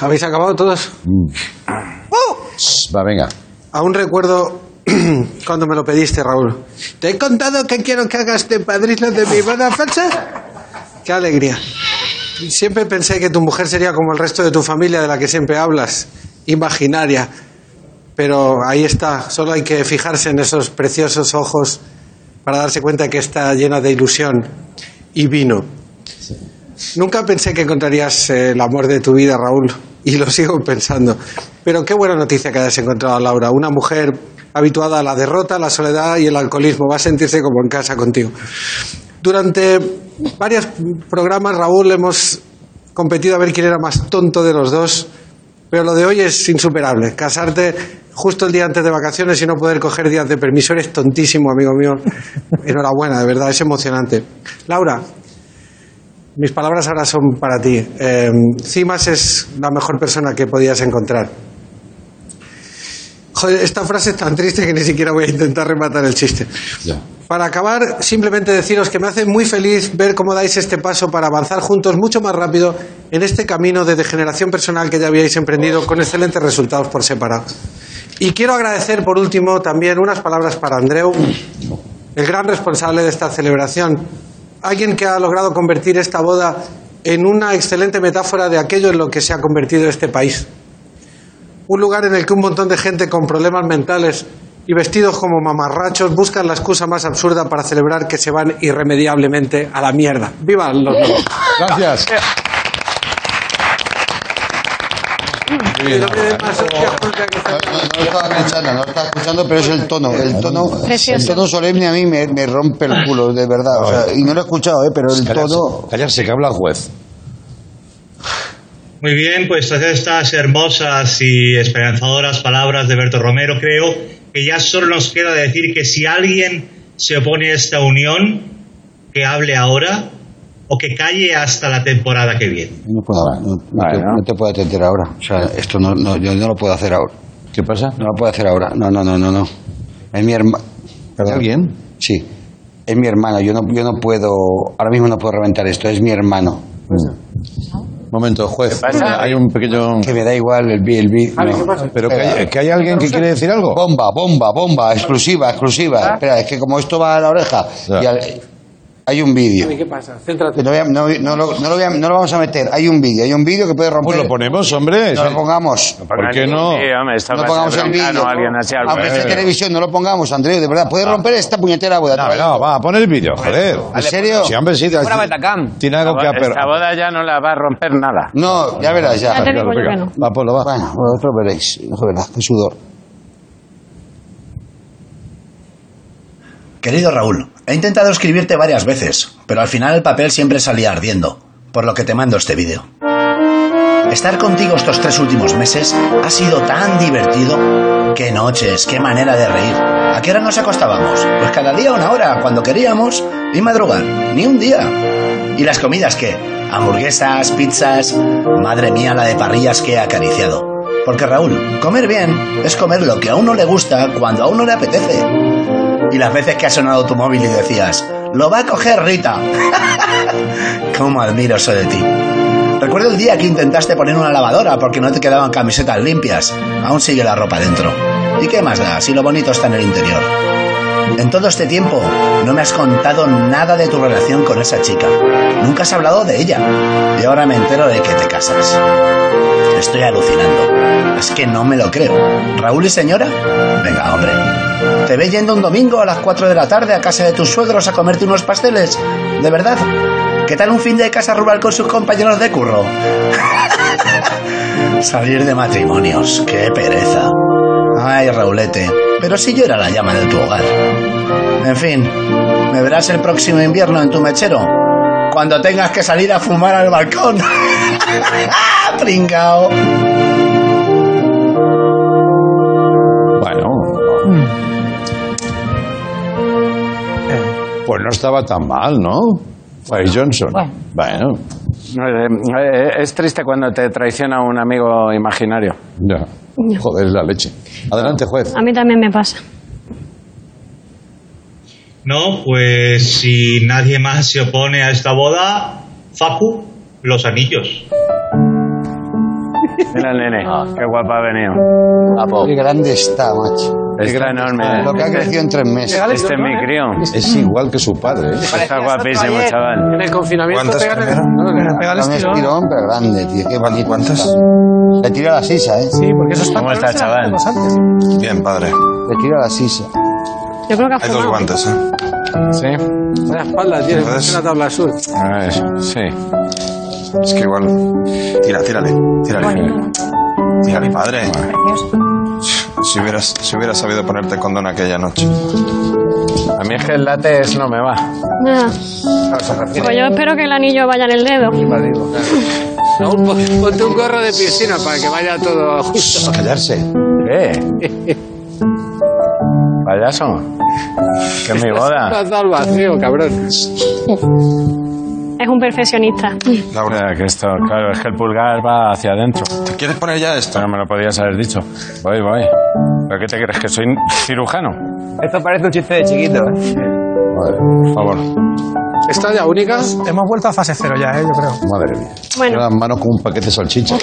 Speaker 10: ¿Habéis acabado todos?
Speaker 3: Mm.
Speaker 7: Oh.
Speaker 9: Va, venga.
Speaker 10: Aún recuerdo [CLEARS THROAT] cuando me lo pediste, Raúl. ¿Te he contado que quiero que hagas de padrino de mi boda falsa? ¡Qué alegría! Siempre pensé que tu mujer sería como el resto de tu familia de la que siempre hablas, imaginaria. Pero ahí está, solo hay que fijarse en esos preciosos ojos para darse cuenta que está llena de ilusión y vino. Nunca pensé que encontrarías eh, el amor de tu vida, Raúl, y lo sigo pensando. Pero qué buena noticia que hayas encontrado a Laura, una mujer habituada a la derrota, la soledad y el alcoholismo. Va a sentirse como en casa contigo. Durante varios programas, Raúl, hemos competido a ver quién era más tonto de los dos, pero lo de hoy es insuperable. Casarte justo el día antes de vacaciones y no poder coger días de permiso, eres tontísimo, amigo mío. Enhorabuena, de verdad, es emocionante. Laura, mis palabras ahora son para ti. Eh, Cimas es la mejor persona que podías encontrar. Joder, esta frase es tan triste que ni siquiera voy a intentar rematar el chiste. Para acabar, simplemente deciros que me hace muy feliz ver cómo dais este paso para avanzar juntos mucho más rápido en este camino de degeneración personal que ya habíais emprendido con excelentes resultados por separado. Y quiero agradecer por último también unas palabras para Andreu, el gran responsable de esta celebración, alguien que ha logrado convertir esta boda en una excelente metáfora de aquello en lo que se ha convertido este país. Un lugar en el que un montón de gente con problemas mentales y vestidos como mamarrachos buscan la excusa más absurda para celebrar que se van irremediablemente a la mierda. ¡Viva los novios!
Speaker 3: Gracias.
Speaker 9: No lo estaba pensando, no lo estaba escuchando, pero es el tono. El tono,
Speaker 3: Precioso.
Speaker 9: el tono solemne a mí me, me rompe el culo, de verdad. o sea, y no lo he escuchado, eh, pero el
Speaker 3: Callarse,
Speaker 9: tono.
Speaker 3: callarse, que habla el juez.
Speaker 26: Muy bien, pues tras estas hermosas y esperanzadoras palabras de Berto Romero, creo que ya solo nos queda decir que si alguien se opone a esta unión, que hable ahora o que calle hasta la temporada que viene.
Speaker 9: No puedo ahora, no, no te, no te puedo atender ahora. O sea, esto no, no, yo no lo puedo hacer ahora.
Speaker 3: ¿Qué pasa?
Speaker 9: No lo puedo hacer ahora. No, no, no, no, no. Es mi hermano. ¿Está
Speaker 3: bien?
Speaker 9: Sí. Es mi hermano. Yo no, yo no puedo. Ahora mismo no puedo reventar esto. Es mi hermano.
Speaker 3: Momento, juez. Hay un pequeño.
Speaker 9: Que me da igual el bi, el bi.
Speaker 3: Ale,
Speaker 9: no.
Speaker 3: Ah, ¿qué pasa? Pero que hay- que hay alguien que quiere decir algo.
Speaker 9: Bomba, bomba, bomba, exclusiva, exclusiva.
Speaker 3: ¿Ah?
Speaker 9: Espera, es que como esto va a la oreja,
Speaker 3: Ya.
Speaker 9: y al- hay un vídeo.
Speaker 10: ¿Qué pasa? Céntrate.
Speaker 9: No, voy a- no, no lo, no lo voy a- no lo vamos a meter. Hay un vídeo, hay un vídeo que puede romper.
Speaker 7: Eh.
Speaker 3: Pues lo ponemos, hombre.
Speaker 9: No lo pongamos.
Speaker 3: ¿Por qué no?
Speaker 7: Sí, hombre, está
Speaker 9: No
Speaker 7: más
Speaker 9: pongamos el
Speaker 7: broncano,
Speaker 9: vídeo.
Speaker 7: alguien así, algo.
Speaker 9: Aunque sea
Speaker 7: Eh.
Speaker 9: televisión, no lo pongamos, Andreu, de verdad. Puede romper esta puñetera boda.
Speaker 3: No, no, va, pon el vídeo, joder.
Speaker 9: ¿En serio?
Speaker 3: Sí, hombre, sí.
Speaker 9: Fuera
Speaker 3: Tiene algo que aper...
Speaker 7: Esta boda ya no la va a romper nada.
Speaker 9: No, ya verás, ya.
Speaker 7: Ya te digo yo que no.
Speaker 9: Va, Polo, va. Bueno, vosotros veréis. Hijo, verdad, qué sudor.
Speaker 1: Querido Raúl, he intentado escribirte varias veces, pero al final el papel siempre salía ardiendo, por lo que te mando este vídeo. Estar contigo estos tres últimos meses ha sido tan divertido. Qué noches, qué manera de reír. ¿A qué hora nos acostábamos? Pues cada día una hora, cuando queríamos, ni madrugar, ni un día. ¿Y las comidas qué? Hamburguesas, pizzas. Madre mía, la de parrillas que he acariciado. Porque Raúl, comer bien es comer lo que a uno le gusta cuando a uno le apetece. Y las veces que ha sonado tu móvil y decías, lo va a coger Rita. [LAUGHS] ¿Cómo admiro eso de ti? Recuerdo el día que intentaste poner una lavadora porque no te quedaban camisetas limpias. Aún sigue la ropa dentro. ¿Y qué más da si lo bonito está en el interior? En todo este tiempo no me has contado nada de tu relación con esa chica. Nunca has hablado de ella. Y ahora me entero de que te casas. Estoy alucinando. Es que no me lo creo. ¿Raúl y señora? Venga, hombre. ¿Te ves yendo un domingo a las 4 de la tarde a casa de tus suegros a comerte unos pasteles? ¿De verdad? ¿Qué tal un fin de casa rural con sus compañeros de curro? [LAUGHS] Salir de matrimonios, qué pereza. Ay, Raulete, pero si yo era la llama de tu hogar. En fin, me verás el próximo invierno en tu mechero, cuando tengas que salir a fumar al balcón. [LAUGHS] ¡Ah, Pringao.
Speaker 10: Mm.
Speaker 3: Bueno. Pues no estaba tan mal, ¿no? Pues Johnson.
Speaker 7: Bueno.
Speaker 3: Bueno.
Speaker 7: Eh, eh, Es triste cuando te traiciona un amigo imaginario.
Speaker 3: Ya. Joder, es la leche. Adelante,
Speaker 5: Pues.
Speaker 3: juez.
Speaker 23: A mí también me pasa.
Speaker 26: No, pues si nadie más se opone a esta boda, Facu, los anillos.
Speaker 7: Mira el nene, qué guapa ha venido.
Speaker 3: Ah, pues.
Speaker 9: Qué grande está, macho.
Speaker 7: Está enorme. eh.
Speaker 9: Lo que ha crecido en tres meses.
Speaker 7: Este es mi crío.
Speaker 3: Es igual que su padre. ¿eh?
Speaker 7: Está guapísimo, chaval.
Speaker 10: En el confinamiento
Speaker 7: ¿Cuántas
Speaker 10: pegan el-
Speaker 7: carreras?
Speaker 10: no, no, no, pegan el
Speaker 9: Un
Speaker 10: estirón.
Speaker 9: estirón, pero grande, tío. Qué bonito. ¿Cuántas? Le tiro a la sisa, ¿eh? Sí,
Speaker 10: porque eso
Speaker 7: ¿Cómo está, chaval?
Speaker 16: Bien, padre.
Speaker 9: Le tiro a la sisa.
Speaker 23: Yo creo que ha
Speaker 16: Hay dos
Speaker 23: fumado.
Speaker 16: guantes, ¿eh?
Speaker 7: Sí.
Speaker 10: La espalda, tío. Es una tabla sur.
Speaker 7: sí.
Speaker 16: Es que igual. Tira, tírale, tírale. Tírale, padre. Si hubieras, si hubieras sabido ponerte condón aquella noche.
Speaker 7: A mí es que el látex no me va.
Speaker 23: Nada.
Speaker 5: Eh.
Speaker 23: Pues yo espero que el anillo vaya en el dedo.
Speaker 10: Raúl, pon- pues, ponte un gorro de piscina para que vaya todo justo.
Speaker 3: Callarse.
Speaker 7: ¿Qué? Payaso. Que
Speaker 10: [LAUGHS]
Speaker 7: es mi boda.
Speaker 10: Estás al vacío, cabrón.
Speaker 23: Es un perfeccionista.
Speaker 7: Laura. Que esto, claro, es que el pulgar va hacia adentro. ¿Te quieres poner ya esto? No me lo podías haber dicho. Voy, voy. ¿Pero qué te crees? ¿Que soy cirujano?
Speaker 10: ¿eh?
Speaker 17: Esto parece un chiste de chiquito.
Speaker 7: Por favor.
Speaker 10: ¿Está ya única? Hemos vuelto a fase cero ya, ¿eh? yo creo.
Speaker 28: Madre mía. Bueno. Las manos con un paquete de salchicha.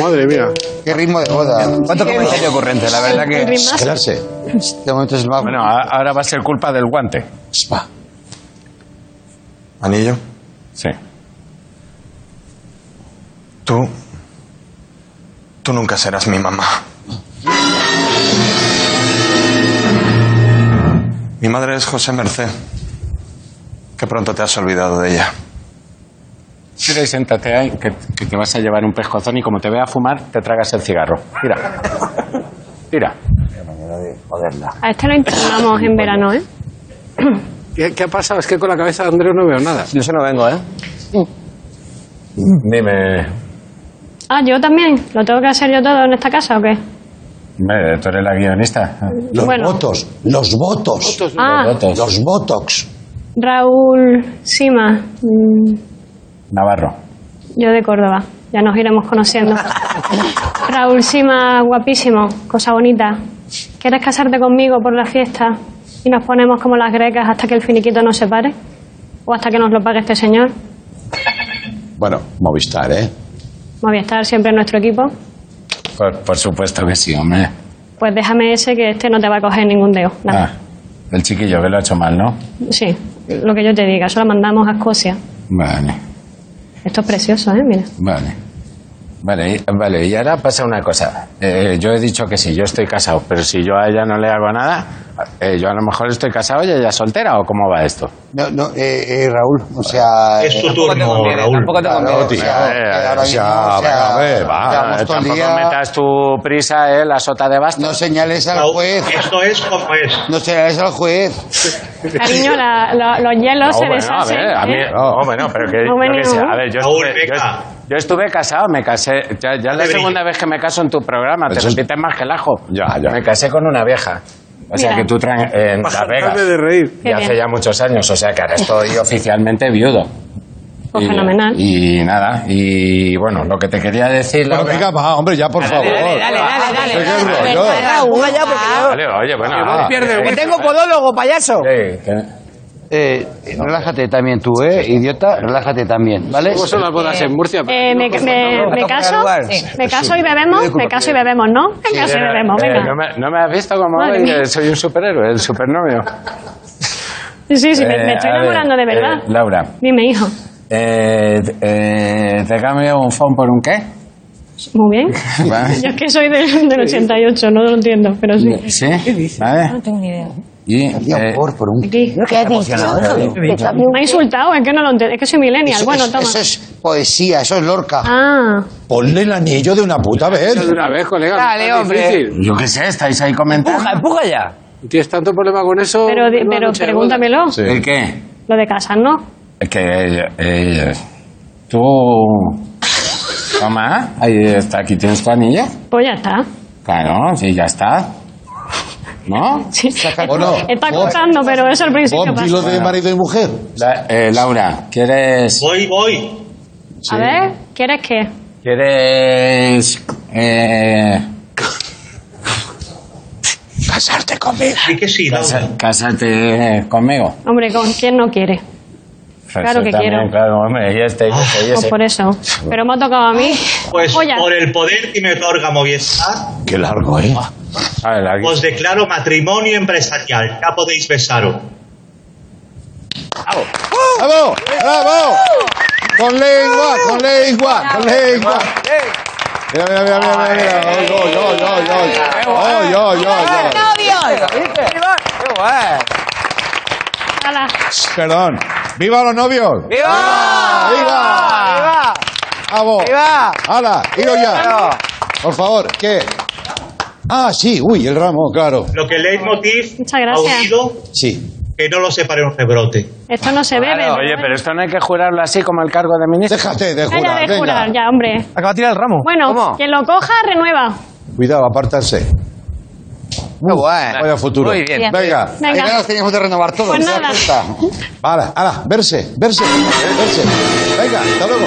Speaker 10: Madre mía.
Speaker 9: Qué ritmo de boda.
Speaker 28: ¿Cuánto comentario
Speaker 9: ocurrente?
Speaker 28: La verdad que- El ritmazo.
Speaker 9: Quedarse. De momento es más.
Speaker 7: Bueno, a- ahora va a ser culpa del guante.
Speaker 16: Anillo.
Speaker 7: Sí.
Speaker 16: Tú. Tú nunca serás mi mamá. Mi madre es José Merced. Que pronto te has olvidado de ella.
Speaker 7: Mira y siéntate ahí, que, que te vas a llevar un pescozón y como te vea fumar, te tragas el cigarro. Tira. Tira.
Speaker 11: A este lo internamos en verano, ¿eh?
Speaker 10: ¿Qué, qué ha pasado? Es que con la cabeza de Andreu no veo nada.
Speaker 7: Yo se no vengo, ¿eh? Dime.
Speaker 11: Ah, yo también. ¿Lo tengo que hacer yo todo en esta casa o qué?
Speaker 7: Hombre, Tú eres la guionista.
Speaker 3: Los
Speaker 11: Bueno.
Speaker 3: votos, los votos.
Speaker 11: Ah.
Speaker 3: Los votos. Los votos.
Speaker 11: Raúl Sima. mm,
Speaker 7: Navarro.
Speaker 11: Yo de Córdoba. Ya nos iremos conociendo. Raúl Sima, guapísimo. Cosa bonita. ¿Quieres casarte conmigo por la fiesta? Y nos ponemos como las grecas hasta que el finiquito nos separe. O hasta que nos lo pague este señor.
Speaker 28: Bueno, Movistar, ¿eh?
Speaker 11: Movistar siempre en nuestro equipo.
Speaker 7: Por, por supuesto que sí, hombre.
Speaker 11: Pues déjame ese que este no te va a coger ningún dedo. Nada.
Speaker 7: Ah, el chiquillo que lo ha hecho mal, ¿no?
Speaker 11: Sí, lo que yo te diga. Eso lo mandamos a Escocia.
Speaker 7: Vale,
Speaker 11: Esto es precioso, ¿eh? Mira.
Speaker 7: vale. Vale, y- vale, y ahora pasa una cosa. Eh, yo he dicho que sí, yo estoy casado, pero si yo a ella no le hago nada, eh, yo a lo mejor estoy casado y ella soltera, ¿o cómo va esto?
Speaker 9: No, no, eh, eh, Raúl, o sea...
Speaker 7: Es tu
Speaker 9: eh,
Speaker 7: turno, Tampoco te conviene, Raúl. tampoco te
Speaker 9: Claro,
Speaker 7: conviene.
Speaker 9: o sea,
Speaker 7: Eh,
Speaker 9: eh,
Speaker 7: ya,
Speaker 9: ahora mismo, o sea,
Speaker 7: venga, a ver, va,
Speaker 9: llevamos
Speaker 7: eh,
Speaker 9: todo el
Speaker 7: tampoco
Speaker 9: día-
Speaker 7: metas tu prisa, eh, la sota de basta.
Speaker 9: No señales al juez.
Speaker 17: Esto es como es.
Speaker 9: No señales al juez.
Speaker 11: Cariño, la- la- los hielos se
Speaker 7: No, bueno, a
Speaker 11: deshacen.
Speaker 7: ver, a mí,
Speaker 11: ¿eh?
Speaker 7: no, bueno, pero
Speaker 11: [LAUGHS]
Speaker 7: que,
Speaker 11: No,
Speaker 7: yo
Speaker 11: bueno,
Speaker 7: que sé,
Speaker 11: no.
Speaker 7: a ver, yo estuve, yo, est- yo estuve casado, me casé, ya, ya es la
Speaker 11: De brillo.
Speaker 7: segunda vez que me caso en tu programa, te
Speaker 28: Eso Pues es-
Speaker 7: repites más que el ajo. Ya, ya. Me casé con una vieja. O sea
Speaker 28: Mira.
Speaker 7: que tú traes en
Speaker 28: Para
Speaker 7: Las Vegas.
Speaker 28: dejarme de reír.
Speaker 7: Y
Speaker 11: Qué
Speaker 7: hace
Speaker 11: bien.
Speaker 7: ya muchos años, o sea que ahora
Speaker 11: [LAUGHS]
Speaker 7: estoy oficialmente viudo.
Speaker 11: Pues
Speaker 7: Y-
Speaker 11: fenomenal.
Speaker 7: Y nada, y bueno, lo que te quería decir. Laura-
Speaker 28: venga, va, hombre, ya, por favor.
Speaker 7: dale, dale, dale.
Speaker 28: Qué rollo.
Speaker 7: Venga,
Speaker 8: Raúl, allá porque yo-
Speaker 7: Vale, oye, pues bueno, nada.
Speaker 10: Eh,
Speaker 8: que tengo podólogo, payaso.
Speaker 9: Eh, relájate también tú, ¿eh? Idiota, relájate también, ¿vale?
Speaker 10: ¿Cómo son las bodas en Murcia?
Speaker 11: Eh, me,
Speaker 7: pues,
Speaker 11: me- me caso,
Speaker 9: Sí.
Speaker 11: me caso y bebemos, me caso y bebemos, ¿no? Me
Speaker 7: Sí,
Speaker 11: caso y
Speaker 7: eh,
Speaker 11: bebemos,
Speaker 7: eh,
Speaker 11: venga.
Speaker 7: ¿no, me, no me has visto como
Speaker 11: Madre
Speaker 7: hoy?
Speaker 11: mía.
Speaker 7: Eh, soy un superhéroe, el supernovio?
Speaker 11: Sí, sí, me, me
Speaker 7: Eh,
Speaker 11: estoy
Speaker 7: a ver,
Speaker 11: enamorando de
Speaker 7: eh,
Speaker 11: verdad.
Speaker 7: Laura,
Speaker 11: Dime, hijo.
Speaker 7: eh, eh, ¿te cambio un phone por un qué?
Speaker 11: Muy bien.
Speaker 7: Vale.
Speaker 11: [LAUGHS] Yo es que soy del, del 88, no lo entiendo, pero sí.
Speaker 7: ¿Sí? ¿Vale?
Speaker 11: No tengo ni idea.
Speaker 7: Y, eh,
Speaker 9: por un
Speaker 11: ¿Qué has
Speaker 9: emocionado, ¿eh?
Speaker 11: Me ha insultado, es que no lo entiendo. Es que soy millennial.
Speaker 9: Eso-
Speaker 11: Bueno,
Speaker 9: eso-
Speaker 11: toma.
Speaker 9: eso es poesía, eso es Lorca.
Speaker 11: Ah.
Speaker 3: Ponle el anillo de una puta vez.
Speaker 10: De una vez, colega.
Speaker 11: Dale,
Speaker 10: tan
Speaker 11: hombre.
Speaker 10: difícil.
Speaker 7: yo qué sé, estáis ahí comentando. Empuja, empuja ya.
Speaker 10: ¿Tienes tanto problema con eso?
Speaker 11: Pero, di-
Speaker 10: Una
Speaker 11: pero
Speaker 10: noche de
Speaker 11: pregúntamelo.
Speaker 7: ¿El qué?
Speaker 11: Lo de casarnos.
Speaker 7: Es que eh, eh, tú... Toma, ahí está, aquí tienes tu anillo.
Speaker 11: Pues ya está.
Speaker 7: Claro, sí, ya está. ¿No?
Speaker 11: Sí.
Speaker 7: ¿O no?
Speaker 11: Está cortando, pero eso al principio pasa.
Speaker 7: y mujer. eh, Laura, ¿quieres.
Speaker 17: Voy, voy.
Speaker 11: A ver, ¿quieres qué?
Speaker 7: ¿Quieres. Eh,
Speaker 17: Casarte conmigo. Sí que sí,
Speaker 7: casa- casarte conmigo?
Speaker 11: Hombre, ¿con quién no quiere? Claro
Speaker 7: Eso
Speaker 11: que
Speaker 7: también,
Speaker 11: quiero.
Speaker 7: Claro, hombre, y este, y este, y
Speaker 11: Pues
Speaker 7: ese.
Speaker 11: por eso. Pero me ha tocado a mí.
Speaker 17: Pues
Speaker 11: Oye,
Speaker 17: por el poder que me otorga Movistar,
Speaker 7: Qué largo, ¿eh?
Speaker 17: os declaro matrimonio empresarial. Ya podéis besaros.
Speaker 6: ¡Uh!
Speaker 3: ¡Bravo! ¡Bravo! Con lengua, con lengua, con lengua. Mira, mira, mira, mira, mira, mira. Oy, oy, oy, oy, oy. Oy, oy, oy, oy.
Speaker 11: ala.
Speaker 3: Perdón. ¡Viva los novios!
Speaker 8: ¡Viva!
Speaker 3: ¡Viva! ¡Bravo!
Speaker 8: ¡Viva!
Speaker 3: ¡Hala! ¡Ido ya! Por favor, ¿qué? Ah, sí, uy, el ramo, claro.
Speaker 17: Lo que el leitmotiv
Speaker 11: Muchas
Speaker 17: ha
Speaker 11: gracias.
Speaker 17: unido
Speaker 3: Sí.
Speaker 17: que no lo separe un rebrote.
Speaker 11: esto no se bebe.
Speaker 7: Claro, oye, pero esto no hay que jurarlo así como el cargo de ministro.
Speaker 3: Déjate
Speaker 11: Venga, de jurar, ya, hombre.
Speaker 3: Acaba de tirar el ramo.
Speaker 11: Bueno, quien lo coja, renueva.
Speaker 3: Cuidado, apartarse. Muy bueno. Uh, Vaya futuro.
Speaker 11: Muy bien.
Speaker 3: Venga.
Speaker 11: Venga. Ahí nada,
Speaker 3: teníamos de renovar todo.
Speaker 11: Pues ¿te das nada.
Speaker 3: Hala, hala, verse, verse, verse. Venga, hasta luego.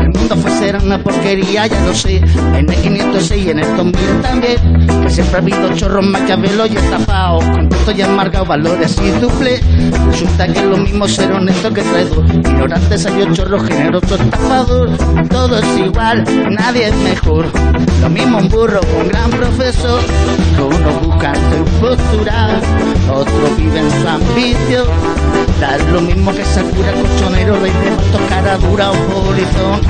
Speaker 17: El mundo fue ser una porquería, ya lo sé. En el 506 y en el 2000 también. Que siempre ha habido chorros maquiavelos y estafados. Con tanto y amargado valores y duple. Resulta que es lo mismo ser honesto que traidor. Ignorantes hay chorros generosos estafados. Todo es igual, nadie es mejor. Lo mismo un burro con un gran profesor. Que uno busca su postura, otro vive en su ambición. Da lo mismo que se cura colchonero, rey de bastos, cara dura o polizón.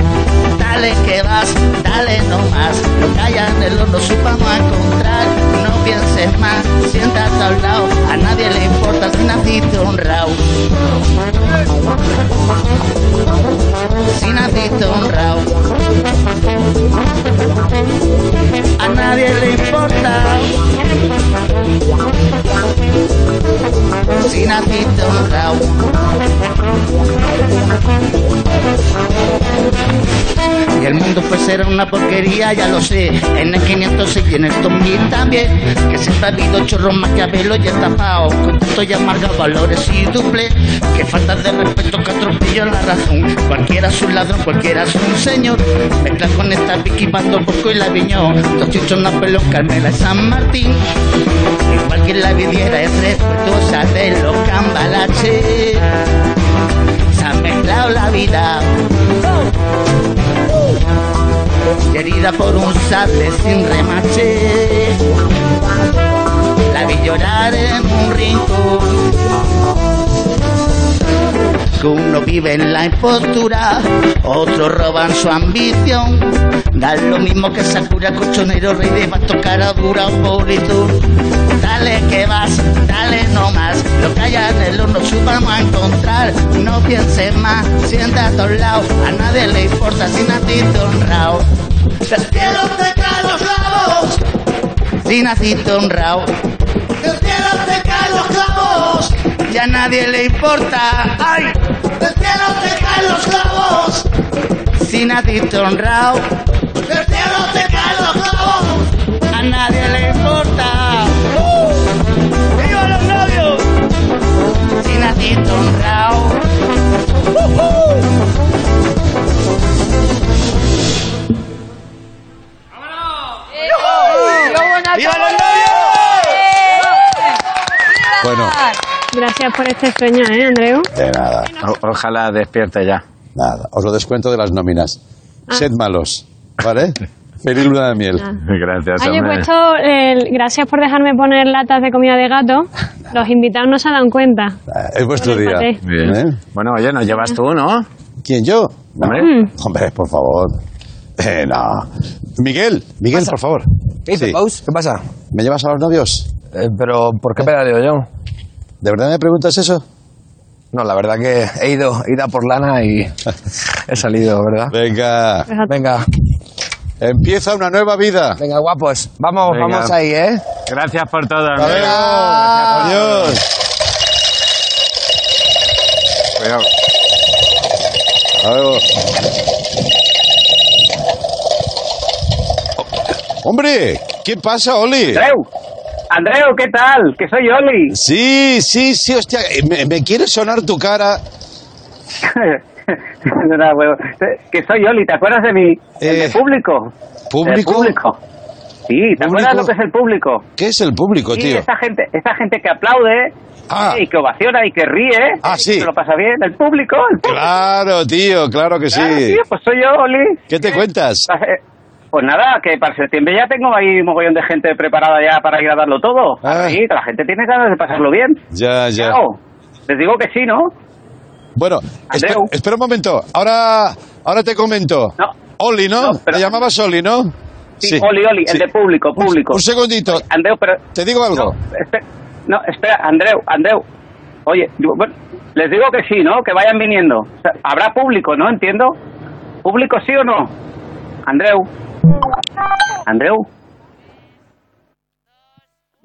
Speaker 17: Dale que vas, dale no más. Lo que haya en el horno supamos a encontrar. No pienses más, siéntate al lado. A nadie le importa si naciste honrado. Si naciste honrado. A nadie le importa. Si naciste honrado. Y el mundo pues era una porquería, ya lo sé. En el 506 y en el 2000 también. Que siempre ha habido chorros maquiavelos y estafados. Con tanto y amargas valores y duple. Que falta de respeto que atropello la razón. Cualquiera es un ladrón, cualquiera es un señor. Mezclas con esta Vicky Bando, Bosco y la Viñón. Dos chichos, una pelo, Carmela y San Martín. Igual que la viviera es respetuosa de los cambalaches. Se ha mezclado la vida y herida por un sable sin remache. La vi llorar en un rincón. Que uno vive en la impostura, otros roban su ambición. Da lo mismo que Sakura, cochonero, rey de basto, cara dura o pobrito. Dale que vas, dale no más. Lo que haya en el horno, supamos a encontrar. No pienses más, siéntate a un lado. A nadie le importa si naciste honrado. Cielo te caen los clavos. Si naciste honrado.
Speaker 8: Del cielo te caen los clavos.
Speaker 17: Ya a nadie le importa. ¡Ay!
Speaker 8: Del cielo te caen Pues los clavos.
Speaker 17: Si naciste honrado.
Speaker 8: Del cielo te caen los clavos.
Speaker 17: A nadie le importa.
Speaker 8: ¡Viva los novios!
Speaker 17: Si naciste honrado.
Speaker 8: Uh, ¡Viva los ¡Eh!
Speaker 29: Bueno.
Speaker 11: Gracias por este sueño, ¿eh, Andreu?
Speaker 3: De nada. ojalá despierte ya. Nada. Os lo descuento de las nóminas.
Speaker 11: Ah.
Speaker 3: Sed malos, ¿vale? Feliz luna de miel.
Speaker 11: Ah.
Speaker 3: Gracias,
Speaker 11: Ah, yo he puesto el- gracias por dejarme poner latas de comida de gato. Los invitados no se dan cuenta.
Speaker 3: Es vuestro
Speaker 11: Con el
Speaker 3: día.
Speaker 11: paté.
Speaker 3: Bueno, oye, nos llevas tú, ¿no? ¿Quién, yo? Hombre,
Speaker 11: Mm.
Speaker 3: Hombre, por favor. Eh, no. Miguel, Miguel, por favor.
Speaker 7: ¿Qué dices, Paus? ¿Qué pasa? Eh,
Speaker 3: ¿Me llevas a los novios?
Speaker 7: pero, ¿por qué pedaleo yo?
Speaker 3: ¿De verdad me preguntas eso?
Speaker 7: No, la verdad que he ido, he ido a por lana y he salido, ¿verdad?
Speaker 3: Venga.
Speaker 7: Venga.
Speaker 3: Empieza una nueva vida.
Speaker 7: Venga, guapos. Vamos,
Speaker 30: Venga.
Speaker 7: vamos ahí, ¿eh?
Speaker 30: Gracias por todo,
Speaker 3: Adiós. Cuidado. Hasta
Speaker 8: 哎
Speaker 3: luego. Hombre, ¿qué pasa, Oli?
Speaker 9: Andreu, Andreu, ¿qué tal? Que soy Oli.
Speaker 3: Sí, sí, sí, hostia, eh, me, me quiere sonar tu cara.
Speaker 9: [LAUGHS] No, no, huevo. eh, que soy Oli, ¿te acuerdas de mi de mi público?
Speaker 3: Eh, ¿público?
Speaker 9: El público. Sí, ¿te acuerdas lo que es el público?
Speaker 3: ¿Qué es el público,
Speaker 9: Sí,
Speaker 3: tío? Ah.
Speaker 9: esa gente, esa gente que aplaude y que ovaciona y que ríe. Ah, sí. lo pasa bien. El público. El público.
Speaker 3: Claro, tío, claro que sí.
Speaker 9: Ah, tío, pues soy yo, Oli.
Speaker 3: ¿Qué te cuentas?
Speaker 9: Eh, Pues nada, que para septiembre ya tengo ahí mogollón de gente preparada ya para ir a darlo todo.
Speaker 3: Ah.
Speaker 9: Así que la gente tiene ganas de pasarlo bien.
Speaker 3: Ya, ya.
Speaker 9: Claro. Les digo que sí, ¿no?
Speaker 3: Bueno, espe-
Speaker 9: Andreu.
Speaker 3: espera un momento. Ahora, ahora te comento. Oli, ¿no? Te llamabas Oli, ¿no?
Speaker 9: Sí, Oli, Oli, el de público, público.
Speaker 3: Un, un segundito.
Speaker 9: Andreu, pero...
Speaker 3: Te digo algo.
Speaker 9: No, espera, Andreu, Andreu. Oye, yo- bueno, les digo que sí, ¿no? Que vayan viniendo. O sea, Habrá público, ¿no? Entiendo. ¿Público sí o no? Andreu. Andreu.